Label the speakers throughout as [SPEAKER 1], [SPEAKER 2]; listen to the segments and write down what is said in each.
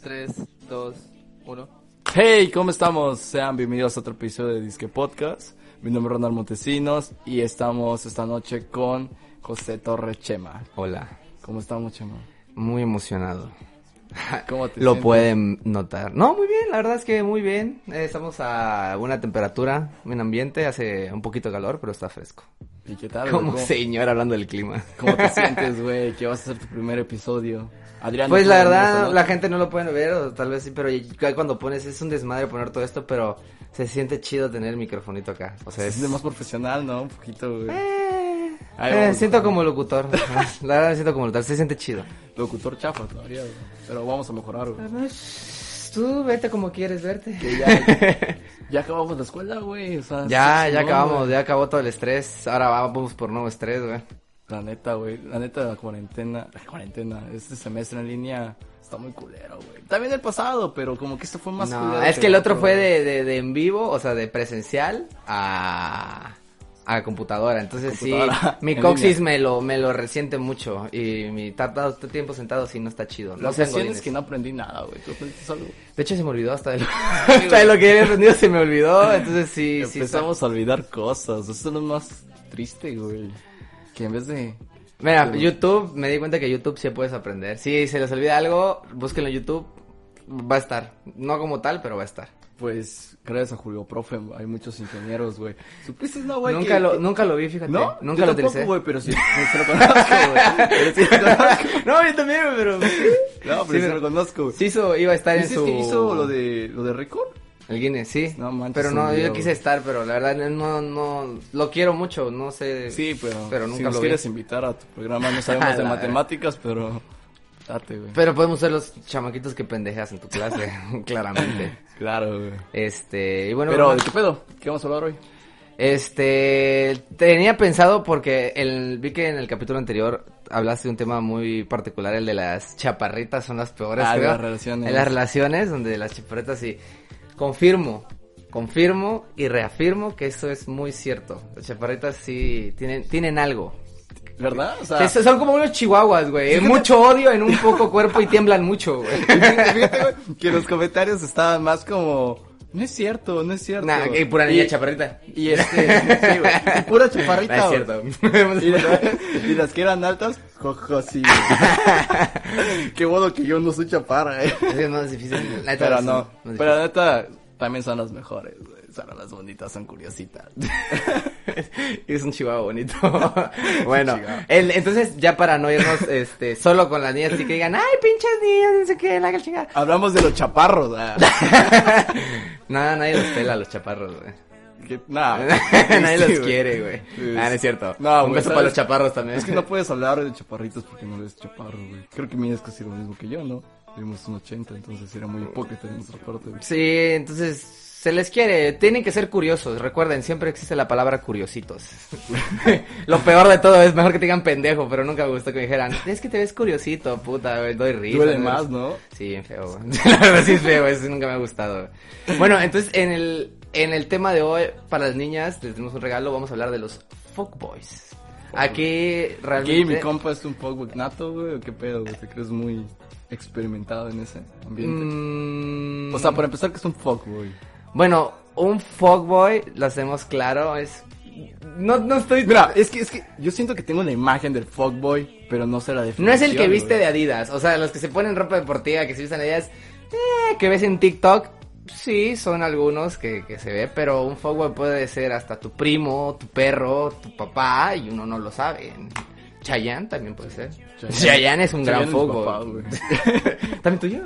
[SPEAKER 1] 3, 2, 1.
[SPEAKER 2] Hey, ¿cómo estamos? Sean bienvenidos a otro episodio de Disque Podcast. Mi nombre es Ronald Montesinos y estamos esta noche con José Torre Chema.
[SPEAKER 3] Hola,
[SPEAKER 2] ¿Cómo estamos, Chema?
[SPEAKER 3] muy emocionado.
[SPEAKER 2] ¿Cómo te
[SPEAKER 3] Lo
[SPEAKER 2] sientes?
[SPEAKER 3] pueden notar. No, muy bien, la verdad es que muy bien. Eh, estamos a buena temperatura, buen ambiente, hace un poquito de calor, pero está fresco.
[SPEAKER 2] ¿Y qué tal?
[SPEAKER 3] Como
[SPEAKER 2] güey?
[SPEAKER 3] señor hablando del clima.
[SPEAKER 2] ¿Cómo te sientes, güey? Que vas a hacer tu primer episodio. Adrián.
[SPEAKER 3] Pues
[SPEAKER 2] ¿no?
[SPEAKER 3] la verdad,
[SPEAKER 2] ¿no?
[SPEAKER 3] la gente no lo pueden ver, o tal vez sí, pero ya cuando pones, es un desmadre poner todo esto, pero se siente chido tener el microfonito acá. O sea,
[SPEAKER 2] Es
[SPEAKER 3] es...
[SPEAKER 2] de más profesional, ¿no? Un poquito, güey.
[SPEAKER 3] Eh,
[SPEAKER 2] Ahí
[SPEAKER 3] eh,
[SPEAKER 2] vamos.
[SPEAKER 3] siento como locutor. la verdad me siento como locutor, se siente chido.
[SPEAKER 2] Locutor chafa todavía, güey. Pero vamos a mejorar, güey.
[SPEAKER 3] Tú vete como quieres verte.
[SPEAKER 2] Que ya, ya acabamos la escuela, güey. O
[SPEAKER 3] Ya,
[SPEAKER 2] sea, está
[SPEAKER 3] ya
[SPEAKER 2] chingón,
[SPEAKER 3] acabamos,
[SPEAKER 2] güey.
[SPEAKER 3] ya acabó todo el estrés. Ahora vamos por nuevo estrés, güey.
[SPEAKER 2] La neta, güey. La neta, la cuarentena. La cuarentena. Este semestre en línea está muy culero, güey. También el pasado, pero como que este fue más
[SPEAKER 3] No,
[SPEAKER 2] culero
[SPEAKER 3] es que el otro fue
[SPEAKER 2] güey.
[SPEAKER 3] de, de, de en vivo, o sea, de presencial a, a computadora. Entonces
[SPEAKER 2] Computadora,
[SPEAKER 3] sí, mi
[SPEAKER 2] en
[SPEAKER 3] coxis me lo, me lo resiente mucho. Y mi estar tanto tiempo sentado sí no está chido.
[SPEAKER 2] La
[SPEAKER 3] No tengo
[SPEAKER 2] cuestión es que
[SPEAKER 3] dinero.
[SPEAKER 2] no aprendí nada, güey. ¿Tú aprendiste algo?
[SPEAKER 3] De hecho se me olvidó hasta de lo, hasta de lo que había aprendido, se me olvidó. Entonces sí, sí. está-
[SPEAKER 2] Empezamos a olvidar cosas. Eso es lo más triste, güey. Que en vez de...
[SPEAKER 3] Mira, YouTube, me di cuenta que YouTube sí puedes aprender. Si se les olvida algo, búsquenlo en YouTube. Va a estar. No como tal, pero va a estar.
[SPEAKER 2] Pues, gracias a Julio Profe, hay muchos ingenieros, güey. ¿Supiste, no, güey?
[SPEAKER 3] nunca,
[SPEAKER 2] que-
[SPEAKER 3] lo,
[SPEAKER 2] que-
[SPEAKER 3] nunca lo vi, fíjate.
[SPEAKER 2] ¿No?
[SPEAKER 3] Nunca
[SPEAKER 2] Yo
[SPEAKER 3] lo
[SPEAKER 2] tampoco,
[SPEAKER 3] utilicé.
[SPEAKER 2] güey, pero sí, sí se lo conozco, güey. Pero sí se lo conozco.
[SPEAKER 3] no, yo también, güey, pero...
[SPEAKER 2] No, pero sí,
[SPEAKER 3] Sí,
[SPEAKER 2] se
[SPEAKER 3] pero-
[SPEAKER 2] lo conozco, güey.
[SPEAKER 3] Sí hizo, iba a estar en
[SPEAKER 2] ¿Viste
[SPEAKER 3] su...
[SPEAKER 2] que hizo lo de, lo de récord?
[SPEAKER 3] El Guinness, sí.
[SPEAKER 2] No manches,
[SPEAKER 3] Pero no,
[SPEAKER 2] el video,
[SPEAKER 3] yo quise
[SPEAKER 2] güey.
[SPEAKER 3] estar, pero la verdad no, no... Lo quiero mucho, no sé...
[SPEAKER 2] Sí, pero,
[SPEAKER 3] Pero nunca
[SPEAKER 2] si nos
[SPEAKER 3] lo vi.
[SPEAKER 2] quieres invitar a tu programa, no sabemos de
[SPEAKER 3] La
[SPEAKER 2] matemáticas, pero date, güey.
[SPEAKER 3] Pero podemos ser los chamaquitos que pendejas en tu clase, claramente.
[SPEAKER 2] Claro, güey.
[SPEAKER 3] Este, y bueno...
[SPEAKER 2] Pero,
[SPEAKER 3] bueno,
[SPEAKER 2] ¿de qué pedo? ¿Qué vamos a hablar hoy?
[SPEAKER 3] Este, tenía pensado porque el, vi que en el capítulo anterior hablaste de un tema muy particular, el de las chaparritas son las peores.
[SPEAKER 2] Ah, de
[SPEAKER 3] creo.
[SPEAKER 2] las relaciones.
[SPEAKER 3] En las relaciones, donde las chaparritas sí. Confirmo, confirmo y reafirmo que eso es muy cierto. Las chaparritas sí tienen, tienen algo.
[SPEAKER 2] ¿Verdad? O sea,
[SPEAKER 3] Es- son como unos chihuahuas, güey.
[SPEAKER 2] Fíjate-
[SPEAKER 3] Mucho odio en un poco cuerpo y tiemblan mucho, güey.
[SPEAKER 2] fíjate, güey, que los comentarios estaban más como, no es cierto, no es cierto.
[SPEAKER 3] Nah, que pura niña chaparrita.
[SPEAKER 2] Y este, sí, güey, y pura chaparrita,
[SPEAKER 3] No es cierto.
[SPEAKER 2] güey. Y, la- y las que eran altas, jojo, sí. güey. Qué bueno que yo no soy chaparra, eh.
[SPEAKER 3] Es más difícil. La neta,
[SPEAKER 2] Pero
[SPEAKER 3] sí,
[SPEAKER 2] no,
[SPEAKER 3] más
[SPEAKER 2] pero la neta, también son las mejores, güey. Son las bonitas, son curiositas.
[SPEAKER 3] Es un chihuahua bonito. bueno,
[SPEAKER 2] chihuahua.
[SPEAKER 3] el- entonces ya para no irnos este, solo con las niñas y que digan, ay, pinches niñas, no sé qué, la chingada.
[SPEAKER 2] Hablamos de los chaparros, ah.
[SPEAKER 3] Nada, nadie los pela a los chaparros, güey.
[SPEAKER 2] Que- nah.
[SPEAKER 3] nadie
[SPEAKER 2] Ah, Sí,
[SPEAKER 3] los
[SPEAKER 2] güey.
[SPEAKER 3] quiere, güey.
[SPEAKER 2] Sí,
[SPEAKER 3] Ah, no
[SPEAKER 2] sí.
[SPEAKER 3] es cierto.
[SPEAKER 2] No,
[SPEAKER 3] un
[SPEAKER 2] güey,
[SPEAKER 3] beso
[SPEAKER 2] ¿sabes?
[SPEAKER 3] para los chaparros también.
[SPEAKER 2] Es que no puedes hablar de chaparritos porque no eres chaparro, güey. Creo que mira es casi lo mismo que yo, ¿no? Tuvimos un 80, entonces era muy hipócrita de nuestra parte. güey.
[SPEAKER 3] Sí, entonces se les quiere. Tienen que ser curiosos. Recuerden, siempre existe la palabra curiositos. Lo peor de todo es mejor que te digan pendejo, pero nunca me gustó que me dijeran, es que te ves curiosito, puta, güey, doy risa.
[SPEAKER 2] Duele
[SPEAKER 3] ¿no?
[SPEAKER 2] más, ¿no?
[SPEAKER 3] Sí, bien feo, güey. La verdad sí es feo, eso nunca me ha gustado. güey. Bueno, entonces en el, en el tema de hoy, para las niñas, les tenemos un regalo, vamos a hablar de los fuckboys. Aquí realmente...
[SPEAKER 2] Aquí mi compa es un poco nato, güey. ¿o ¿Qué pedo, güey? ¿Te crees muy experimentado en ese ambiente?
[SPEAKER 3] Mm,
[SPEAKER 2] O sea, para empezar, que es un fuck, güey.
[SPEAKER 3] Bueno, un fuckboy, lo hacemos claro, es... No, no estoy...
[SPEAKER 2] Mira, es que, es que yo siento que tengo la imagen del fuckboy, pero no sé la definición.
[SPEAKER 3] No es el que viste
[SPEAKER 2] güey.
[SPEAKER 3] de Adidas, o sea, los que se ponen ropa deportiva, que se usan Adidas, eh, que ves en TikTok, sí, son algunos que, que se ve, pero un fuckboy puede ser hasta tu primo, tu perro, tu papá, y uno no lo sabe. Chayanne también puede ser.
[SPEAKER 2] Chayanne.
[SPEAKER 3] Chayanne, es un gran
[SPEAKER 2] Chayanne es mi
[SPEAKER 3] fuckboy.
[SPEAKER 2] papá, güey.
[SPEAKER 3] También tuyo.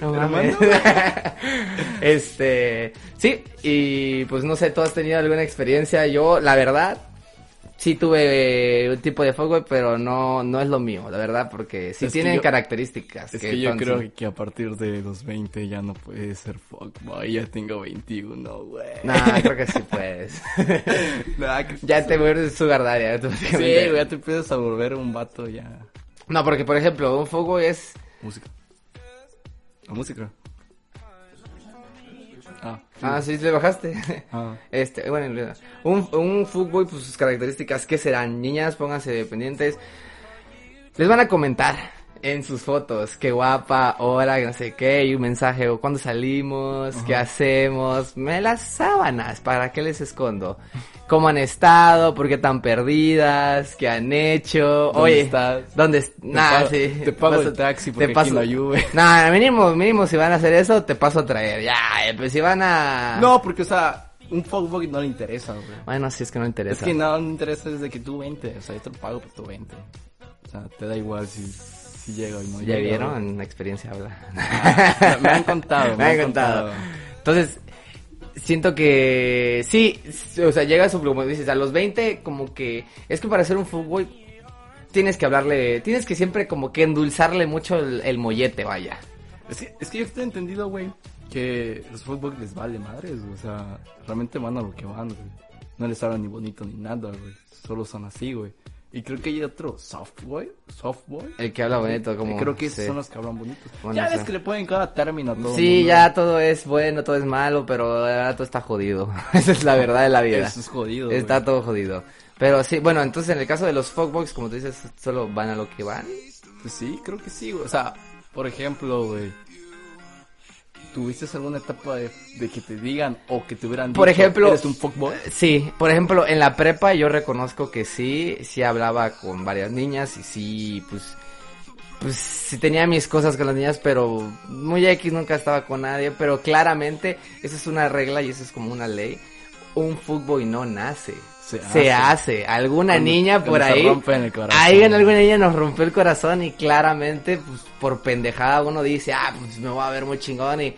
[SPEAKER 3] No mames.
[SPEAKER 2] Hermano, güey.
[SPEAKER 3] este, sí, y pues no sé, ¿tú has tenido alguna experiencia? Yo, la verdad, sí tuve eh, un tipo de fuego, pero no, no es lo mío, la verdad, porque sí
[SPEAKER 2] Es que
[SPEAKER 3] tienen
[SPEAKER 2] yo-
[SPEAKER 3] características.
[SPEAKER 2] Es que yo
[SPEAKER 3] son-
[SPEAKER 2] creo que a partir de los 20 ya no puede ser fuckboy. Ya tengo 21, güey.
[SPEAKER 3] No, creo que sí puedes.
[SPEAKER 2] Nah, creo-
[SPEAKER 3] ya te vuelves sugar daddy,
[SPEAKER 2] Sí,
[SPEAKER 3] automáticamente.
[SPEAKER 2] güey, ya te empiezas a volver un vato ya.
[SPEAKER 3] No, porque por ejemplo, un fuego es...
[SPEAKER 2] Música. La música. Ah.
[SPEAKER 3] Ah, sí, le bajaste.
[SPEAKER 2] Ah.
[SPEAKER 3] Este, bueno, en realidad, un, un fuckboy, pues sus características, ¿qué serán? Niñas, pónganse pendientes. Les van a comentar. en sus fotos. Qué guapa, hora, que no sé qué, y un mensaje, o cuándo salimos, qué hacemos. Me las sábanas, ¿para qué les escondo? ¿Cómo han estado? ¿Por qué tan perdidas? ¿Qué han hecho?
[SPEAKER 2] ¿Dónde
[SPEAKER 3] Oye,
[SPEAKER 2] estás?
[SPEAKER 3] ¿dónde? est-
[SPEAKER 2] Te
[SPEAKER 3] Nah,
[SPEAKER 2] pago-
[SPEAKER 3] sí.
[SPEAKER 2] te pago el
[SPEAKER 3] paso-
[SPEAKER 2] taxi porque aquí no llueve.
[SPEAKER 3] Nah, mínimo, mínimo si van a hacer eso, te paso a traer. Ya, eh, pues si van a...
[SPEAKER 2] No, porque, o sea, un fuckboy no le interesa, güey.
[SPEAKER 3] Bueno, si es que no interesa.
[SPEAKER 2] Es que no, no interesa desde que tú vente. O sea, yo te lo pago por tu vente. O sea, te da igual si, si llega o no
[SPEAKER 3] ¿Ya
[SPEAKER 2] llega, güey.
[SPEAKER 3] vieron? La experiencia habla.
[SPEAKER 2] Ah, me han contado,
[SPEAKER 3] me, han contado. Entonces, siento que sí, s- o sea, llega a su como dices, a los 20 como que es que para ser un fútbol tienes que hablarle, tienes que siempre como que endulzarle mucho el, el mollete, vaya.
[SPEAKER 2] Es que, es que yo te he entendido, güey, que los fuckboys les vale madres, güey. o sea, realmente van a lo que van, güey. No les hablan ni bonito ni nada, güey. Solo son así, güey. Y creo que hay otro softboy, softboy.
[SPEAKER 3] El que habla bonito como
[SPEAKER 2] que creo que
[SPEAKER 3] sí.
[SPEAKER 2] son los que hablan bonitos.
[SPEAKER 3] Bueno,
[SPEAKER 2] ya ves
[SPEAKER 3] sí.
[SPEAKER 2] que le ponen cada término a todo.
[SPEAKER 3] Sí,
[SPEAKER 2] mundo.
[SPEAKER 3] ya todo es bueno, todo es malo, pero de verdad todo está jodido. Esa es la verdad de la vida.
[SPEAKER 2] Eso es jodido.
[SPEAKER 3] Está
[SPEAKER 2] güey.
[SPEAKER 3] todo jodido. Pero sí, bueno, entonces en el caso de los fuckboys, como tú dices, solo van a lo que van.
[SPEAKER 2] Pues sí, creo que sí, güey. O sea, por ejemplo, güey. ¿Tuviste alguna etapa de, de que te digan o que te hubieran
[SPEAKER 3] Por
[SPEAKER 2] dicho,
[SPEAKER 3] ejemplo-
[SPEAKER 2] eres un fuckboy?
[SPEAKER 3] Sí, por ejemplo, en la prepa yo reconozco que sí, sí hablaba con varias niñas y sí, pues, pues sí tenía mis cosas con las niñas, pero muy X nunca estaba con nadie, pero claramente esa es una regla y eso es como una ley. Un fútbol no nace,
[SPEAKER 2] Se
[SPEAKER 3] se,
[SPEAKER 2] hace.
[SPEAKER 3] hace. Alguna
[SPEAKER 2] Cuando-
[SPEAKER 3] niña
[SPEAKER 2] cuando
[SPEAKER 3] por
[SPEAKER 2] se
[SPEAKER 3] ahí.
[SPEAKER 2] rompe en el corazón.
[SPEAKER 3] Ahí en alguna niña nos rompió el corazón y claramente, pues, por pendejada uno dice, ah, pues me voy a ver muy chingón y,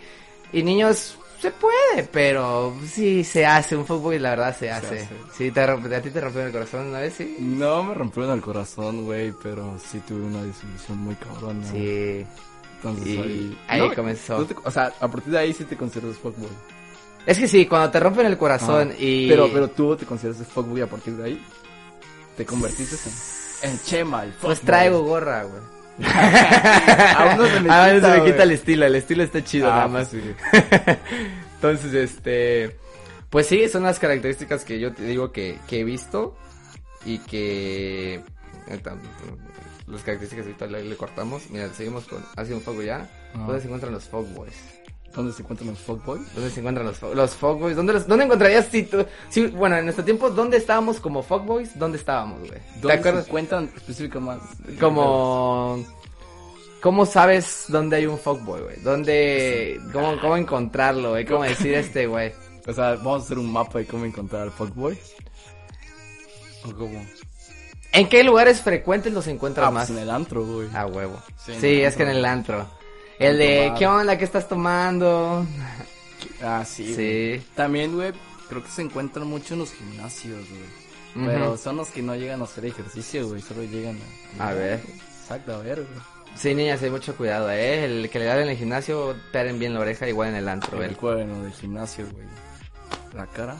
[SPEAKER 3] y niños, se puede, pero sí se hace, un fútbol y la verdad se hace.
[SPEAKER 2] hace.
[SPEAKER 3] Sí, te romp- a ti te rompió el corazón una vez, sí.
[SPEAKER 2] No me rompieron el corazón, güey, pero sí tuve una desilusión muy cabrona. güey.
[SPEAKER 3] Sí.
[SPEAKER 2] Entonces
[SPEAKER 3] y
[SPEAKER 2] ahí,
[SPEAKER 3] ahí
[SPEAKER 2] No,
[SPEAKER 3] comenzó.
[SPEAKER 2] no te- o sea, a partir de ahí sí te consideras fuckboy.
[SPEAKER 3] Es que sí, cuando te rompen el corazón
[SPEAKER 2] Ah,
[SPEAKER 3] y...
[SPEAKER 2] Pero, pero tú te consideras fuckboy a partir de ahí. Te convertiste en, en Chema, el
[SPEAKER 3] Pues
[SPEAKER 2] fuckboy.
[SPEAKER 3] traigo gorra, güey.
[SPEAKER 2] A uno se le
[SPEAKER 3] A veces
[SPEAKER 2] quita,
[SPEAKER 3] se me
[SPEAKER 2] güey.
[SPEAKER 3] quita el estilo, el estilo está chido
[SPEAKER 2] Ah,
[SPEAKER 3] nada
[SPEAKER 2] pues
[SPEAKER 3] más.
[SPEAKER 2] sí.
[SPEAKER 3] Entonces, este. Pues sí, son las características que yo te digo que, que he visto y que. ahorita, Las características que ahorita le, le cortamos. Mira, seguimos con. Ha sido un fuego ya.
[SPEAKER 2] Ah.
[SPEAKER 3] ¿Dónde se encuentran los Fogboys?
[SPEAKER 2] ¿Dónde se encuentran los fuckboys?
[SPEAKER 3] ¿Dónde se encuentran los, fo- los Fogboys? ¿Dónde, los- ¿Dónde encontrarías si tú.? si- bueno, en nuestro tiempo, ¿dónde estábamos como Fogboys? ¿Dónde estábamos, güey? ¿Te
[SPEAKER 2] ¿Dónde se
[SPEAKER 3] acuerdas?
[SPEAKER 2] encuentran específicamente más?
[SPEAKER 3] Como. ¿Cómo sabes dónde hay un fuckboy, güey? ¿Dónde. ¿Cómo, cómo encontrarlo, güey? ¿Cómo decir este, güey?
[SPEAKER 2] O sea, vamos a hacer un mapa de cómo encontrar al fuckboy. ¿O cómo?
[SPEAKER 3] ¿En qué lugares frecuentes los encuentras
[SPEAKER 2] Ah,
[SPEAKER 3] más?
[SPEAKER 2] pues en el antro, güey.
[SPEAKER 3] A huevo.
[SPEAKER 2] Sí,
[SPEAKER 3] Sí,
[SPEAKER 2] en el
[SPEAKER 3] es que en el antro. El
[SPEAKER 2] Antro
[SPEAKER 3] de,
[SPEAKER 2] bar.
[SPEAKER 3] ¿qué onda? ¿Qué estás tomando?
[SPEAKER 2] Ah, sí.
[SPEAKER 3] Sí.
[SPEAKER 2] güey. También, güey, creo que se encuentran mucho en los gimnasios, güey.
[SPEAKER 3] Ujú.
[SPEAKER 2] Pero son los que no llegan a hacer ejercicio, güey. Solo llegan a...
[SPEAKER 3] A ver.
[SPEAKER 2] Exacto, a ver, güey.
[SPEAKER 3] Sí, niñas, hay mucho cuidado, ¿eh? El que le dan en el gimnasio, paren bien la oreja, igual en el antro,
[SPEAKER 2] El
[SPEAKER 3] güey.
[SPEAKER 2] cuerno del gimnasio, güey. La cara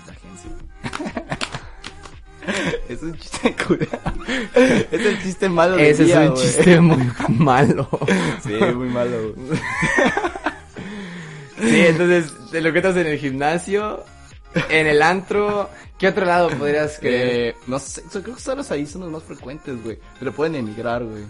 [SPEAKER 2] es la agencia. es un chiste curado. es el chiste malo del
[SPEAKER 3] Ese
[SPEAKER 2] día,
[SPEAKER 3] es un
[SPEAKER 2] güey.
[SPEAKER 3] chiste muy malo.
[SPEAKER 2] Sí, muy malo, güey.
[SPEAKER 3] Sí, entonces, te lo encuentras en el gimnasio, en el antro. ¿Qué otro lado podrías creer?
[SPEAKER 2] Eh, no sé, yo creo que solo ahí son los más frecuentes, güey. Pero pueden emigrar, güey.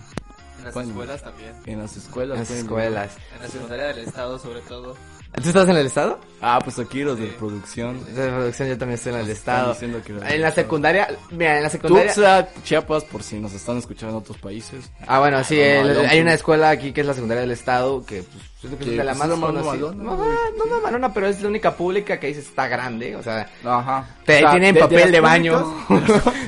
[SPEAKER 1] En las
[SPEAKER 2] Bueno.
[SPEAKER 1] escuelas también.
[SPEAKER 2] En las escuelas.
[SPEAKER 3] En las
[SPEAKER 2] pueden
[SPEAKER 3] escuelas.
[SPEAKER 1] En la secundaria del estado, sobre todo.
[SPEAKER 3] ¿Tú estás en el estado?
[SPEAKER 2] emigrar. Ah, pues aquí los de
[SPEAKER 1] Sí.
[SPEAKER 2] producción.
[SPEAKER 3] De producción yo también estoy en el
[SPEAKER 2] están
[SPEAKER 3] estado.
[SPEAKER 2] diciendo que lo-
[SPEAKER 3] En la secundaria, mira, en la
[SPEAKER 2] Tú,
[SPEAKER 3] secundaria.
[SPEAKER 2] sea, Chiapas, por si nos están escuchando en otros países.
[SPEAKER 3] Ah, bueno, sí,
[SPEAKER 2] Ah,
[SPEAKER 3] el-
[SPEAKER 2] Malón,
[SPEAKER 3] hay
[SPEAKER 2] sí.
[SPEAKER 3] una escuela aquí que es la secundaria del estado, que pues, yo creo que
[SPEAKER 2] Que,
[SPEAKER 3] es de la
[SPEAKER 2] pues,
[SPEAKER 3] más
[SPEAKER 2] es la más
[SPEAKER 3] conocida.
[SPEAKER 2] mamalona,
[SPEAKER 3] No,
[SPEAKER 2] güey,
[SPEAKER 3] no, no, malona, pero es la única pública que dice está grande, o sea,
[SPEAKER 2] Ajá.
[SPEAKER 3] te- tienen papel de, baño,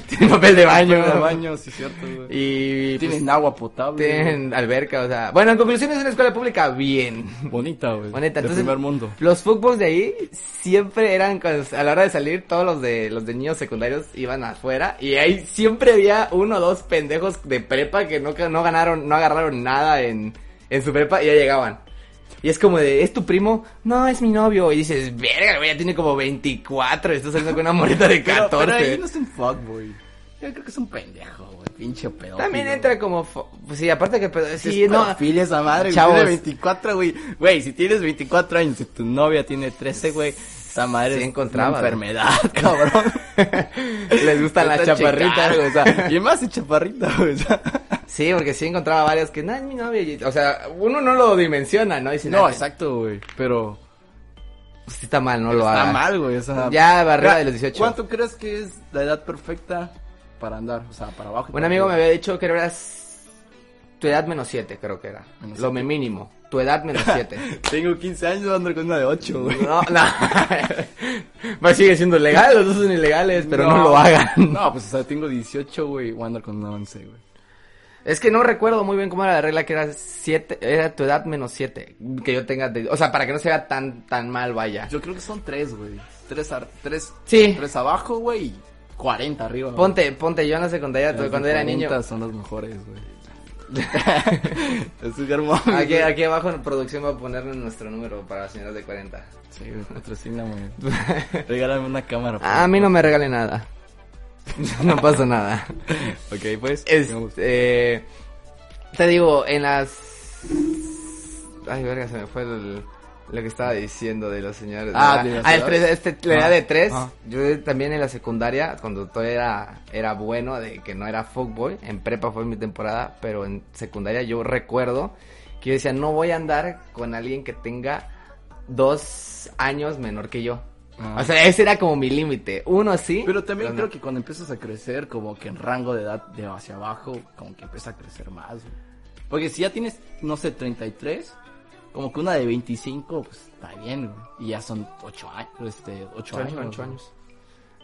[SPEAKER 3] tienen papel de baño,
[SPEAKER 2] Papel de baño, sí, cierto, güey.
[SPEAKER 3] y pues,
[SPEAKER 2] Tienen agua potable.
[SPEAKER 3] tienen alberca, o sea, bueno, en conclusión es una escuela pública bien.
[SPEAKER 2] güey. Bonita, güey.
[SPEAKER 3] Bonita,
[SPEAKER 2] De
[SPEAKER 3] entonces
[SPEAKER 2] primer mundo.
[SPEAKER 3] los fútbols de ahí siempre eran cos- a la hora de salir todos los de los de niños secundarios iban afuera y ahí siempre había uno o dos pendejos de prepa que no ca- no ganaron no agarraron nada en en su prepa y ya llegaban. Y es como de, ¿es tu primo? No, es mi novio. Y dices, verga, güey, ya tiene como 24. Estás saliendo con una moreta de
[SPEAKER 2] Pero,
[SPEAKER 3] 14.
[SPEAKER 2] pero ahí no es un fuckboy. Yo creo que es un pendejo, güey. Pinche pedo.
[SPEAKER 3] También entra como... fo- Pues sí, aparte que... pues,
[SPEAKER 2] Sí,
[SPEAKER 3] sí,
[SPEAKER 2] es
[SPEAKER 3] no,
[SPEAKER 2] pedofil esa madre,
[SPEAKER 3] Chavos.
[SPEAKER 2] Tiene 24, güey. Güey, si tienes 24 años y tu novia tiene 13, güey, esa madre
[SPEAKER 3] Sí
[SPEAKER 2] es
[SPEAKER 3] encontraba,
[SPEAKER 2] una
[SPEAKER 3] güey.
[SPEAKER 2] enfermedad, cabrón.
[SPEAKER 3] les gustan las
[SPEAKER 2] Está
[SPEAKER 3] chaparritas.
[SPEAKER 2] chingada, güey, o sea, y más si chaparrita, güey, o sea.
[SPEAKER 3] Sí, porque sí encontraba varias que, no, es mi novia. y- O sea, uno no lo dimensiona, ¿no? Dice,
[SPEAKER 2] No,
[SPEAKER 3] "Nah,
[SPEAKER 2] exacto, güey. Pero
[SPEAKER 3] pues, sí está mal, no lo hagas.
[SPEAKER 2] está mal, güey. o sea,
[SPEAKER 3] Ya, barrera
[SPEAKER 2] mira,
[SPEAKER 3] de los 18.
[SPEAKER 2] ¿Cuánto crees que es la edad perfecta para andar? O sea, para abajo. y
[SPEAKER 3] Un
[SPEAKER 2] para
[SPEAKER 3] amigo me
[SPEAKER 2] arriba.
[SPEAKER 3] había dicho que eras tu edad menos 7, creo que era.
[SPEAKER 2] Menos
[SPEAKER 3] lo mínimo. Tu edad menos 7.
[SPEAKER 2] Tengo 15 años, ando con una de 8, güey.
[SPEAKER 3] no, no. Pues sigue siendo legal, los dos son ilegales, pero no, lo hagan.
[SPEAKER 2] No, pues o sea, tengo 18, güey. Voy a andar con una 11, güey.
[SPEAKER 3] Es que no recuerdo muy bien cómo era la regla que era 7, era tu edad menos 7. Que yo tenga, de- o sea, para que no se vea tan, tan mal, vaya.
[SPEAKER 2] Yo creo que son 3, güey. 3 tres,
[SPEAKER 3] Sí.
[SPEAKER 2] tres abajo, güey. y 40 arriba. güey.
[SPEAKER 3] Ponte, ponte, yo en la secundaria,
[SPEAKER 2] Las
[SPEAKER 3] cuando era niño.
[SPEAKER 2] 40 son las mejores, güey. es un hermoso.
[SPEAKER 3] Aquí, aquí abajo en producción va a ponerle nuestro número para señoras de 40.
[SPEAKER 2] Sí, güey, patrocíname. Regálame una cámara. por
[SPEAKER 3] Ah, A mí no
[SPEAKER 2] favor.
[SPEAKER 3] me regale nada. No pasa nada.
[SPEAKER 2] Ok, pues. sigamos.
[SPEAKER 3] Este, eh, te digo, en las... Ay, verga, se me fue el- lo que estaba diciendo de los señores.
[SPEAKER 2] Ah,
[SPEAKER 3] ¿verdad?
[SPEAKER 2] de las
[SPEAKER 3] ah el
[SPEAKER 2] edades.
[SPEAKER 3] tres, este, la edad de tres.
[SPEAKER 2] Ah.
[SPEAKER 3] Yo también en la secundaria, cuando todavía era, era bueno, de que no era fuckboy, en prepa fue mi temporada, pero en secundaria yo recuerdo que yo decía, no voy a andar con alguien que tenga dos años menor que yo.
[SPEAKER 2] Ah.
[SPEAKER 3] O sea, ese era como mi límite. Uno sí.
[SPEAKER 2] Pero también
[SPEAKER 3] no.
[SPEAKER 2] creo que cuando empiezas a crecer, como que en rango de edad de hacia abajo, como que empieza a crecer más, güey. Porque si ya tienes, no sé, 33, como que una de 25, pues está bien, güey. Y ya son 8 años, este, 8 años.
[SPEAKER 3] Ocho
[SPEAKER 2] güey.
[SPEAKER 3] años.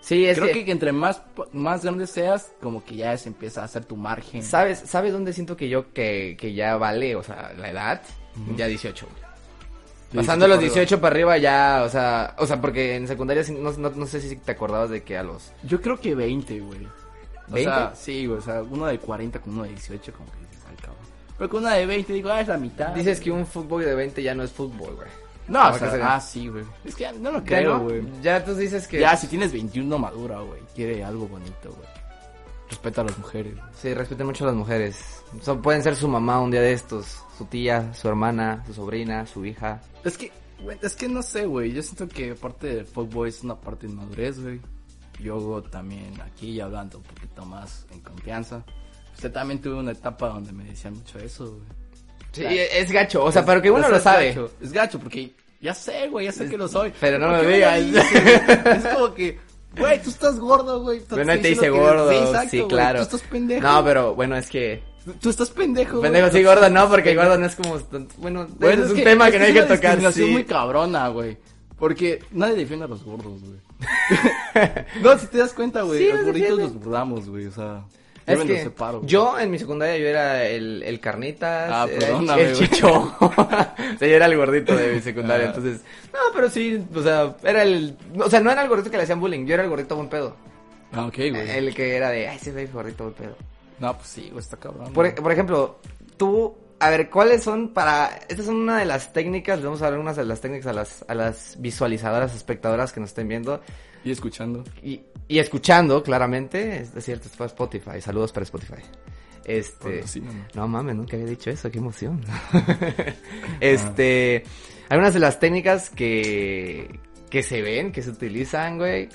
[SPEAKER 3] Sí, es
[SPEAKER 2] Creo que... que entre más, po- más grande seas, como que ya se empieza a hacer tu margen.
[SPEAKER 3] ¿Sabes, ¿Sabes dónde siento que yo que, que ya vale? O sea, la edad, ya 18. güey.
[SPEAKER 2] Sí,
[SPEAKER 3] Pasando
[SPEAKER 2] sí,
[SPEAKER 3] los
[SPEAKER 2] por arriba.
[SPEAKER 3] 18 para arriba ya, o sea, o sea, porque en secundaria sí, no, no, no sé si te acordabas de que a los...
[SPEAKER 2] Yo creo que 20, güey. O
[SPEAKER 3] ¿20?
[SPEAKER 2] sea, sí, güey. O sea, uno de 40 con uno de 18, como que dices, ay, cabrón. Pero con una de 20, digo, ah, es la mitad.
[SPEAKER 3] Dices que un fútbol de 20 ya no es fútbol, güey.
[SPEAKER 2] No, o
[SPEAKER 3] ¿Cómo que
[SPEAKER 2] sea,
[SPEAKER 3] sería?
[SPEAKER 2] ah, sí, güey. Es que ya no lo
[SPEAKER 3] Ya
[SPEAKER 2] creo,
[SPEAKER 3] no,
[SPEAKER 2] güey.
[SPEAKER 3] Ya tú dices que...
[SPEAKER 2] Ya, si tienes 21 madura, güey. Quiere algo bonito, güey. Respeta a las mujeres. güey.
[SPEAKER 3] Sí, respeten mucho a las mujeres. Son- pueden ser su mamá un día de estos, su tía, su hermana, su sobrina, su hija.
[SPEAKER 2] Es que, güey, es que no sé, güey. Yo siento que parte del fuckboy es una parte de madurez, güey. Yo también aquí ya hablando un poquito más en confianza. Usted también tuve una etapa donde me decían mucho eso, güey.
[SPEAKER 3] Sí, e,
[SPEAKER 2] Claro.
[SPEAKER 3] es gacho, o sea, pero que uno
[SPEAKER 2] Es-
[SPEAKER 3] lo
[SPEAKER 2] es
[SPEAKER 3] sabe.
[SPEAKER 2] gacho, es gacho, porque ya sé, güey, ya sé que lo soy.
[SPEAKER 3] pero no
[SPEAKER 2] ¿Por
[SPEAKER 3] me
[SPEAKER 2] qué
[SPEAKER 3] digas?
[SPEAKER 2] dices, güey? es como que, güey, tú estás gordo, güey. te
[SPEAKER 3] Pero no
[SPEAKER 2] estoy
[SPEAKER 3] te dice
[SPEAKER 2] diciendo que-
[SPEAKER 3] gordo, sí,
[SPEAKER 2] exacto, güey,
[SPEAKER 3] claro.
[SPEAKER 2] Tú estás pendejo.
[SPEAKER 3] No, pero bueno, es que...
[SPEAKER 2] Tú estás pendejo, güey.
[SPEAKER 3] Pendejo, sí, gordo no, porque gordo no es como... Bueno,
[SPEAKER 2] Bueno,
[SPEAKER 3] es, un tema que, no hay que
[SPEAKER 2] Pues es una
[SPEAKER 3] tocar,
[SPEAKER 2] discriminación
[SPEAKER 3] sí.
[SPEAKER 2] muy cabrona, güey. Porque nadie defiende a los gordos, güey. no, si te das cuenta, güey,
[SPEAKER 3] Sí,
[SPEAKER 2] los
[SPEAKER 3] los
[SPEAKER 2] gorditos
[SPEAKER 3] defienden.
[SPEAKER 2] los burlamos, güey, o sea,
[SPEAKER 3] Es
[SPEAKER 2] yo me los
[SPEAKER 3] que
[SPEAKER 2] separo. güey.
[SPEAKER 3] yo en mi secundaria yo era el, el carnitas,
[SPEAKER 2] Ah,
[SPEAKER 3] era el-
[SPEAKER 2] perdóname,
[SPEAKER 3] el
[SPEAKER 2] güey.
[SPEAKER 3] chicho. o sea, yo era el gordito de mi secundaria,
[SPEAKER 2] Ah.
[SPEAKER 3] entonces, no, pero sí, o sea, era el, o sea, no era el gordito que le hacían bullying, yo era el gordito buen pedo.
[SPEAKER 2] Ah, ok, güey.
[SPEAKER 3] El que era de, ay, ese güey es gordito buen pedo.
[SPEAKER 2] No, pues sí, güey, está cabrón.
[SPEAKER 3] Por, e-,
[SPEAKER 2] güey.
[SPEAKER 3] por ejemplo, tú, a ver, ¿cuáles son para...? Esta es una de las técnicas, le vamos a dar unas de las técnicas a las, a las visualizadoras, espectadoras que nos estén viendo
[SPEAKER 2] Y escuchando.
[SPEAKER 3] y, y escuchando, claramente. Es es cierto, es para Spotify. Saludos para Spotify. Este...
[SPEAKER 2] Patrocíname.
[SPEAKER 3] No mames, nunca había dicho eso, qué emoción. este... Algunas de las técnicas que, que se ven, que se utilizan, güey.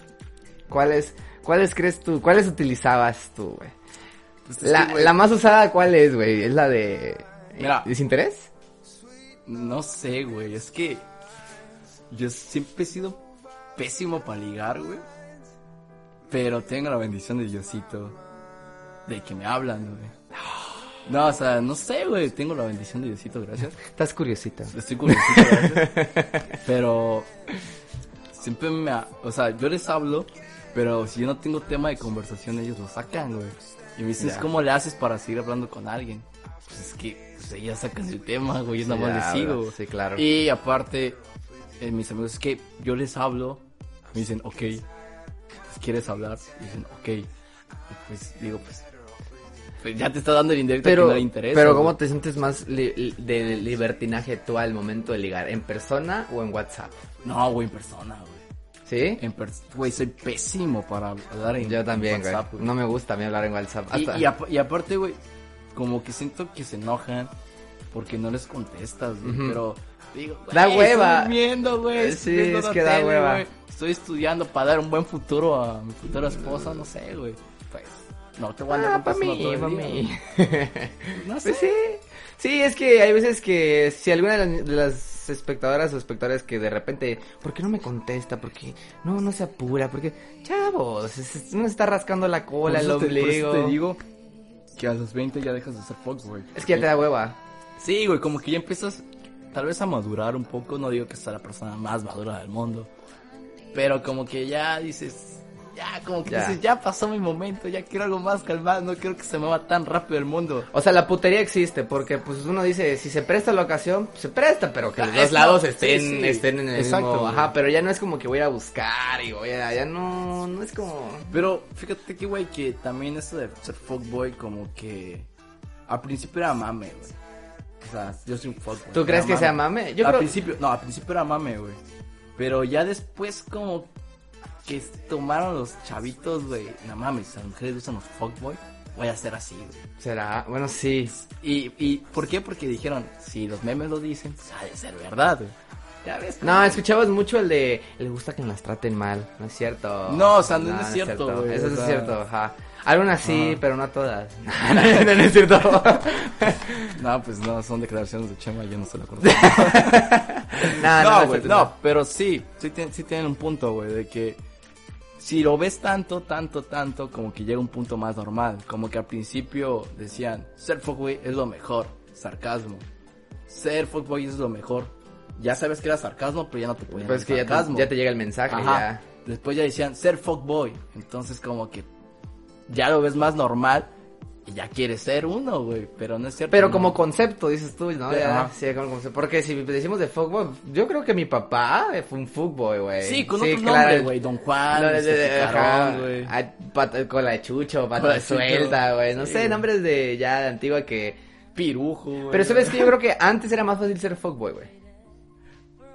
[SPEAKER 3] ¿Cuáles, ¿Cuáles crees tú? ¿Cuáles utilizabas tú, güey?
[SPEAKER 2] Pues es
[SPEAKER 3] La,
[SPEAKER 2] que, güey,
[SPEAKER 3] la más usada, ¿cuál es, güey? ¿Es la de
[SPEAKER 2] Mira.
[SPEAKER 3] desinterés?
[SPEAKER 2] No sé, güey, es que yo siempre he sido pésimo para ligar, güey. Pero tengo la bendición de Diosito de que me hablan, güey. No, o sea, no sé, güey, tengo la bendición de Diosito, gracias.
[SPEAKER 3] Estás curiosita.
[SPEAKER 2] Estoy curiosito, gracias. Pero siempre me, ha- o sea, yo les hablo, pero si yo no tengo tema de conversación ellos lo sacan, güey. Y me dicen,
[SPEAKER 3] Ya.
[SPEAKER 2] ¿cómo le haces para seguir hablando con alguien? Pues es que pues, ellas sacan su tema, güey, yo nada más
[SPEAKER 3] Ya,
[SPEAKER 2] les sigo.
[SPEAKER 3] bro,
[SPEAKER 2] güey.
[SPEAKER 3] sí, claro.
[SPEAKER 2] Y aparte, eh, mis amigos, es que yo les hablo, me dicen, ok, pues, ¿quieres hablar? Y dicen, ok. Y pues digo, pues, pues, ya te está dando el indirecto que no
[SPEAKER 3] Pero,
[SPEAKER 2] le interesa.
[SPEAKER 3] pero
[SPEAKER 2] güey.
[SPEAKER 3] ¿cómo te sientes más li- li- de libertinaje tú al momento de ligar? ¿En persona o en WhatsApp?
[SPEAKER 2] No, güey, en persona, güey.
[SPEAKER 3] ¿Sí?
[SPEAKER 2] En pers- güey, soy pésimo para hablar en
[SPEAKER 3] Yo
[SPEAKER 2] en
[SPEAKER 3] también, güey.
[SPEAKER 2] WhatsApp, güey.
[SPEAKER 3] No me gusta a mí hablar en WhatsApp.
[SPEAKER 2] Y-
[SPEAKER 3] Hasta-
[SPEAKER 2] Y, apa- y aparte, güey, como que siento que se enojan porque no les contestas, güey,
[SPEAKER 3] Ujú.
[SPEAKER 2] pero digo, güey,
[SPEAKER 3] Da
[SPEAKER 2] estoy
[SPEAKER 3] hueva.
[SPEAKER 2] durmiendo, güey,
[SPEAKER 3] Eh,
[SPEAKER 2] estoy
[SPEAKER 3] sí,
[SPEAKER 2] viendo
[SPEAKER 3] es
[SPEAKER 2] la
[SPEAKER 3] que da hueva.
[SPEAKER 2] güey. Estoy estudiando para dar un buen futuro a mi futura esposa, no sé, güey. Pues No, te voy a
[SPEAKER 3] Ah,
[SPEAKER 2] andar
[SPEAKER 3] para
[SPEAKER 2] contestando
[SPEAKER 3] mí,
[SPEAKER 2] todo el
[SPEAKER 3] para
[SPEAKER 2] día.
[SPEAKER 3] mí.
[SPEAKER 2] No sé.
[SPEAKER 3] Pues sí. Sí, es que hay veces que si alguna de las, de las espectadoras o espectadores que de repente, ¿por qué no me contesta? ¿Por qué no, no se apura? Porque, chavos, es- es- uno se está rascando la
[SPEAKER 2] Por
[SPEAKER 3] cola, el
[SPEAKER 2] eso te- por eso
[SPEAKER 3] ombligo.
[SPEAKER 2] te digo que a los 20 ya dejas de ser fuckboy.
[SPEAKER 3] Es que ya te da hueva.
[SPEAKER 2] Sí, güey, como que ya empiezas tal vez a madurar un poco. No digo que sea la persona más madura del mundo. Pero como que ya dices, ya, como que
[SPEAKER 3] Ya.
[SPEAKER 2] dices, ya pasó mi momento, ya quiero algo más calmado, no quiero que se mueva tan rápido el mundo.
[SPEAKER 3] O sea, la putería existe, porque pues uno dice, si se presta la ocasión, pues, se presta, pero que los
[SPEAKER 2] Ah, es
[SPEAKER 3] dos lados
[SPEAKER 2] la-
[SPEAKER 3] estén,
[SPEAKER 2] sí, sí.
[SPEAKER 3] estén en el
[SPEAKER 2] Exacto,
[SPEAKER 3] mismo.
[SPEAKER 2] güey.
[SPEAKER 3] Ajá, pero ya no es como que voy a ir a buscar y voy a, ya no, no es como.
[SPEAKER 2] Pero fíjate que, güey, que también eso de ser fuckboy, como que al principio era mame, güey. O sea, yo soy un fuckboy.
[SPEAKER 3] ¿Tú
[SPEAKER 2] era
[SPEAKER 3] crees que sea mame? Yo
[SPEAKER 2] al
[SPEAKER 3] creo-
[SPEAKER 2] principio, no, al principio era mame, güey. Pero ya después, como que s- tomaron los chavitos, güey. No mames, las mujeres usan los fuckboy. Voy a ser así, güey.
[SPEAKER 3] Será, bueno, sí.
[SPEAKER 2] Y, ¿Y por qué? Porque dijeron, si los memes lo dicen, pues ha de ser verdad, güey. Ya ves,
[SPEAKER 3] No, escuchabas mucho el de le gusta que las traten mal, no es cierto.
[SPEAKER 2] No, o sea, no, no es cierto, güey,
[SPEAKER 3] Eso
[SPEAKER 2] o
[SPEAKER 3] no es
[SPEAKER 2] sea.
[SPEAKER 3] cierto, ajá. Algunas sí,
[SPEAKER 2] Ajá.
[SPEAKER 3] pero no todas. no, no, no es cierto.
[SPEAKER 2] No, pues no, son declaraciones de Chema, yo no se lo conozco.
[SPEAKER 3] Ah, no, no,
[SPEAKER 2] no,
[SPEAKER 3] es
[SPEAKER 2] güey,
[SPEAKER 3] cierto,
[SPEAKER 2] no, pero sí, sí, tien- sí tienen un punto, güey, de que si lo ves tanto, tanto, tanto, como que llega un punto más normal. Como que al principio decían, ser fuckboy es lo mejor, sarcasmo. Ser fuckboy es lo mejor. Ya sabes que era sarcasmo, pero ya no te ponían
[SPEAKER 3] Pues
[SPEAKER 2] el
[SPEAKER 3] que ya te,
[SPEAKER 2] sarcasmo.
[SPEAKER 3] ya te llega el mensaje,
[SPEAKER 2] Ajá. Después ya decían, ser fuckboy. Entonces como que ya lo ves más normal y ya quieres ser uno, güey, pero no es
[SPEAKER 3] ya.
[SPEAKER 2] cierto.
[SPEAKER 3] Pero
[SPEAKER 2] ¿no?
[SPEAKER 3] como concepto, dices tú, ¿no?
[SPEAKER 2] Mm. Sí,
[SPEAKER 3] Ya,
[SPEAKER 2] ajá.
[SPEAKER 3] sí, como concepto. Porque si decimos de fútbol, yo creo que mi papá fue un fútbol, güey.
[SPEAKER 2] Sí, con otro
[SPEAKER 3] claro, Ah,
[SPEAKER 2] nombre, güey, Don Juan,
[SPEAKER 3] No, de-
[SPEAKER 2] este,
[SPEAKER 3] de- de-
[SPEAKER 2] Picarón,
[SPEAKER 3] ajá.
[SPEAKER 2] güey.
[SPEAKER 3] Ah, pata- cola de chucho, pata
[SPEAKER 2] Cola
[SPEAKER 3] de
[SPEAKER 2] de chucho.
[SPEAKER 3] suelta, güey. No
[SPEAKER 2] Sí,
[SPEAKER 3] sé,
[SPEAKER 2] güey.
[SPEAKER 3] nombres de ya de antigua que...
[SPEAKER 2] pirujo, güey.
[SPEAKER 3] Pero sabes que yo creo que antes era más fácil ser fuckboy, güey.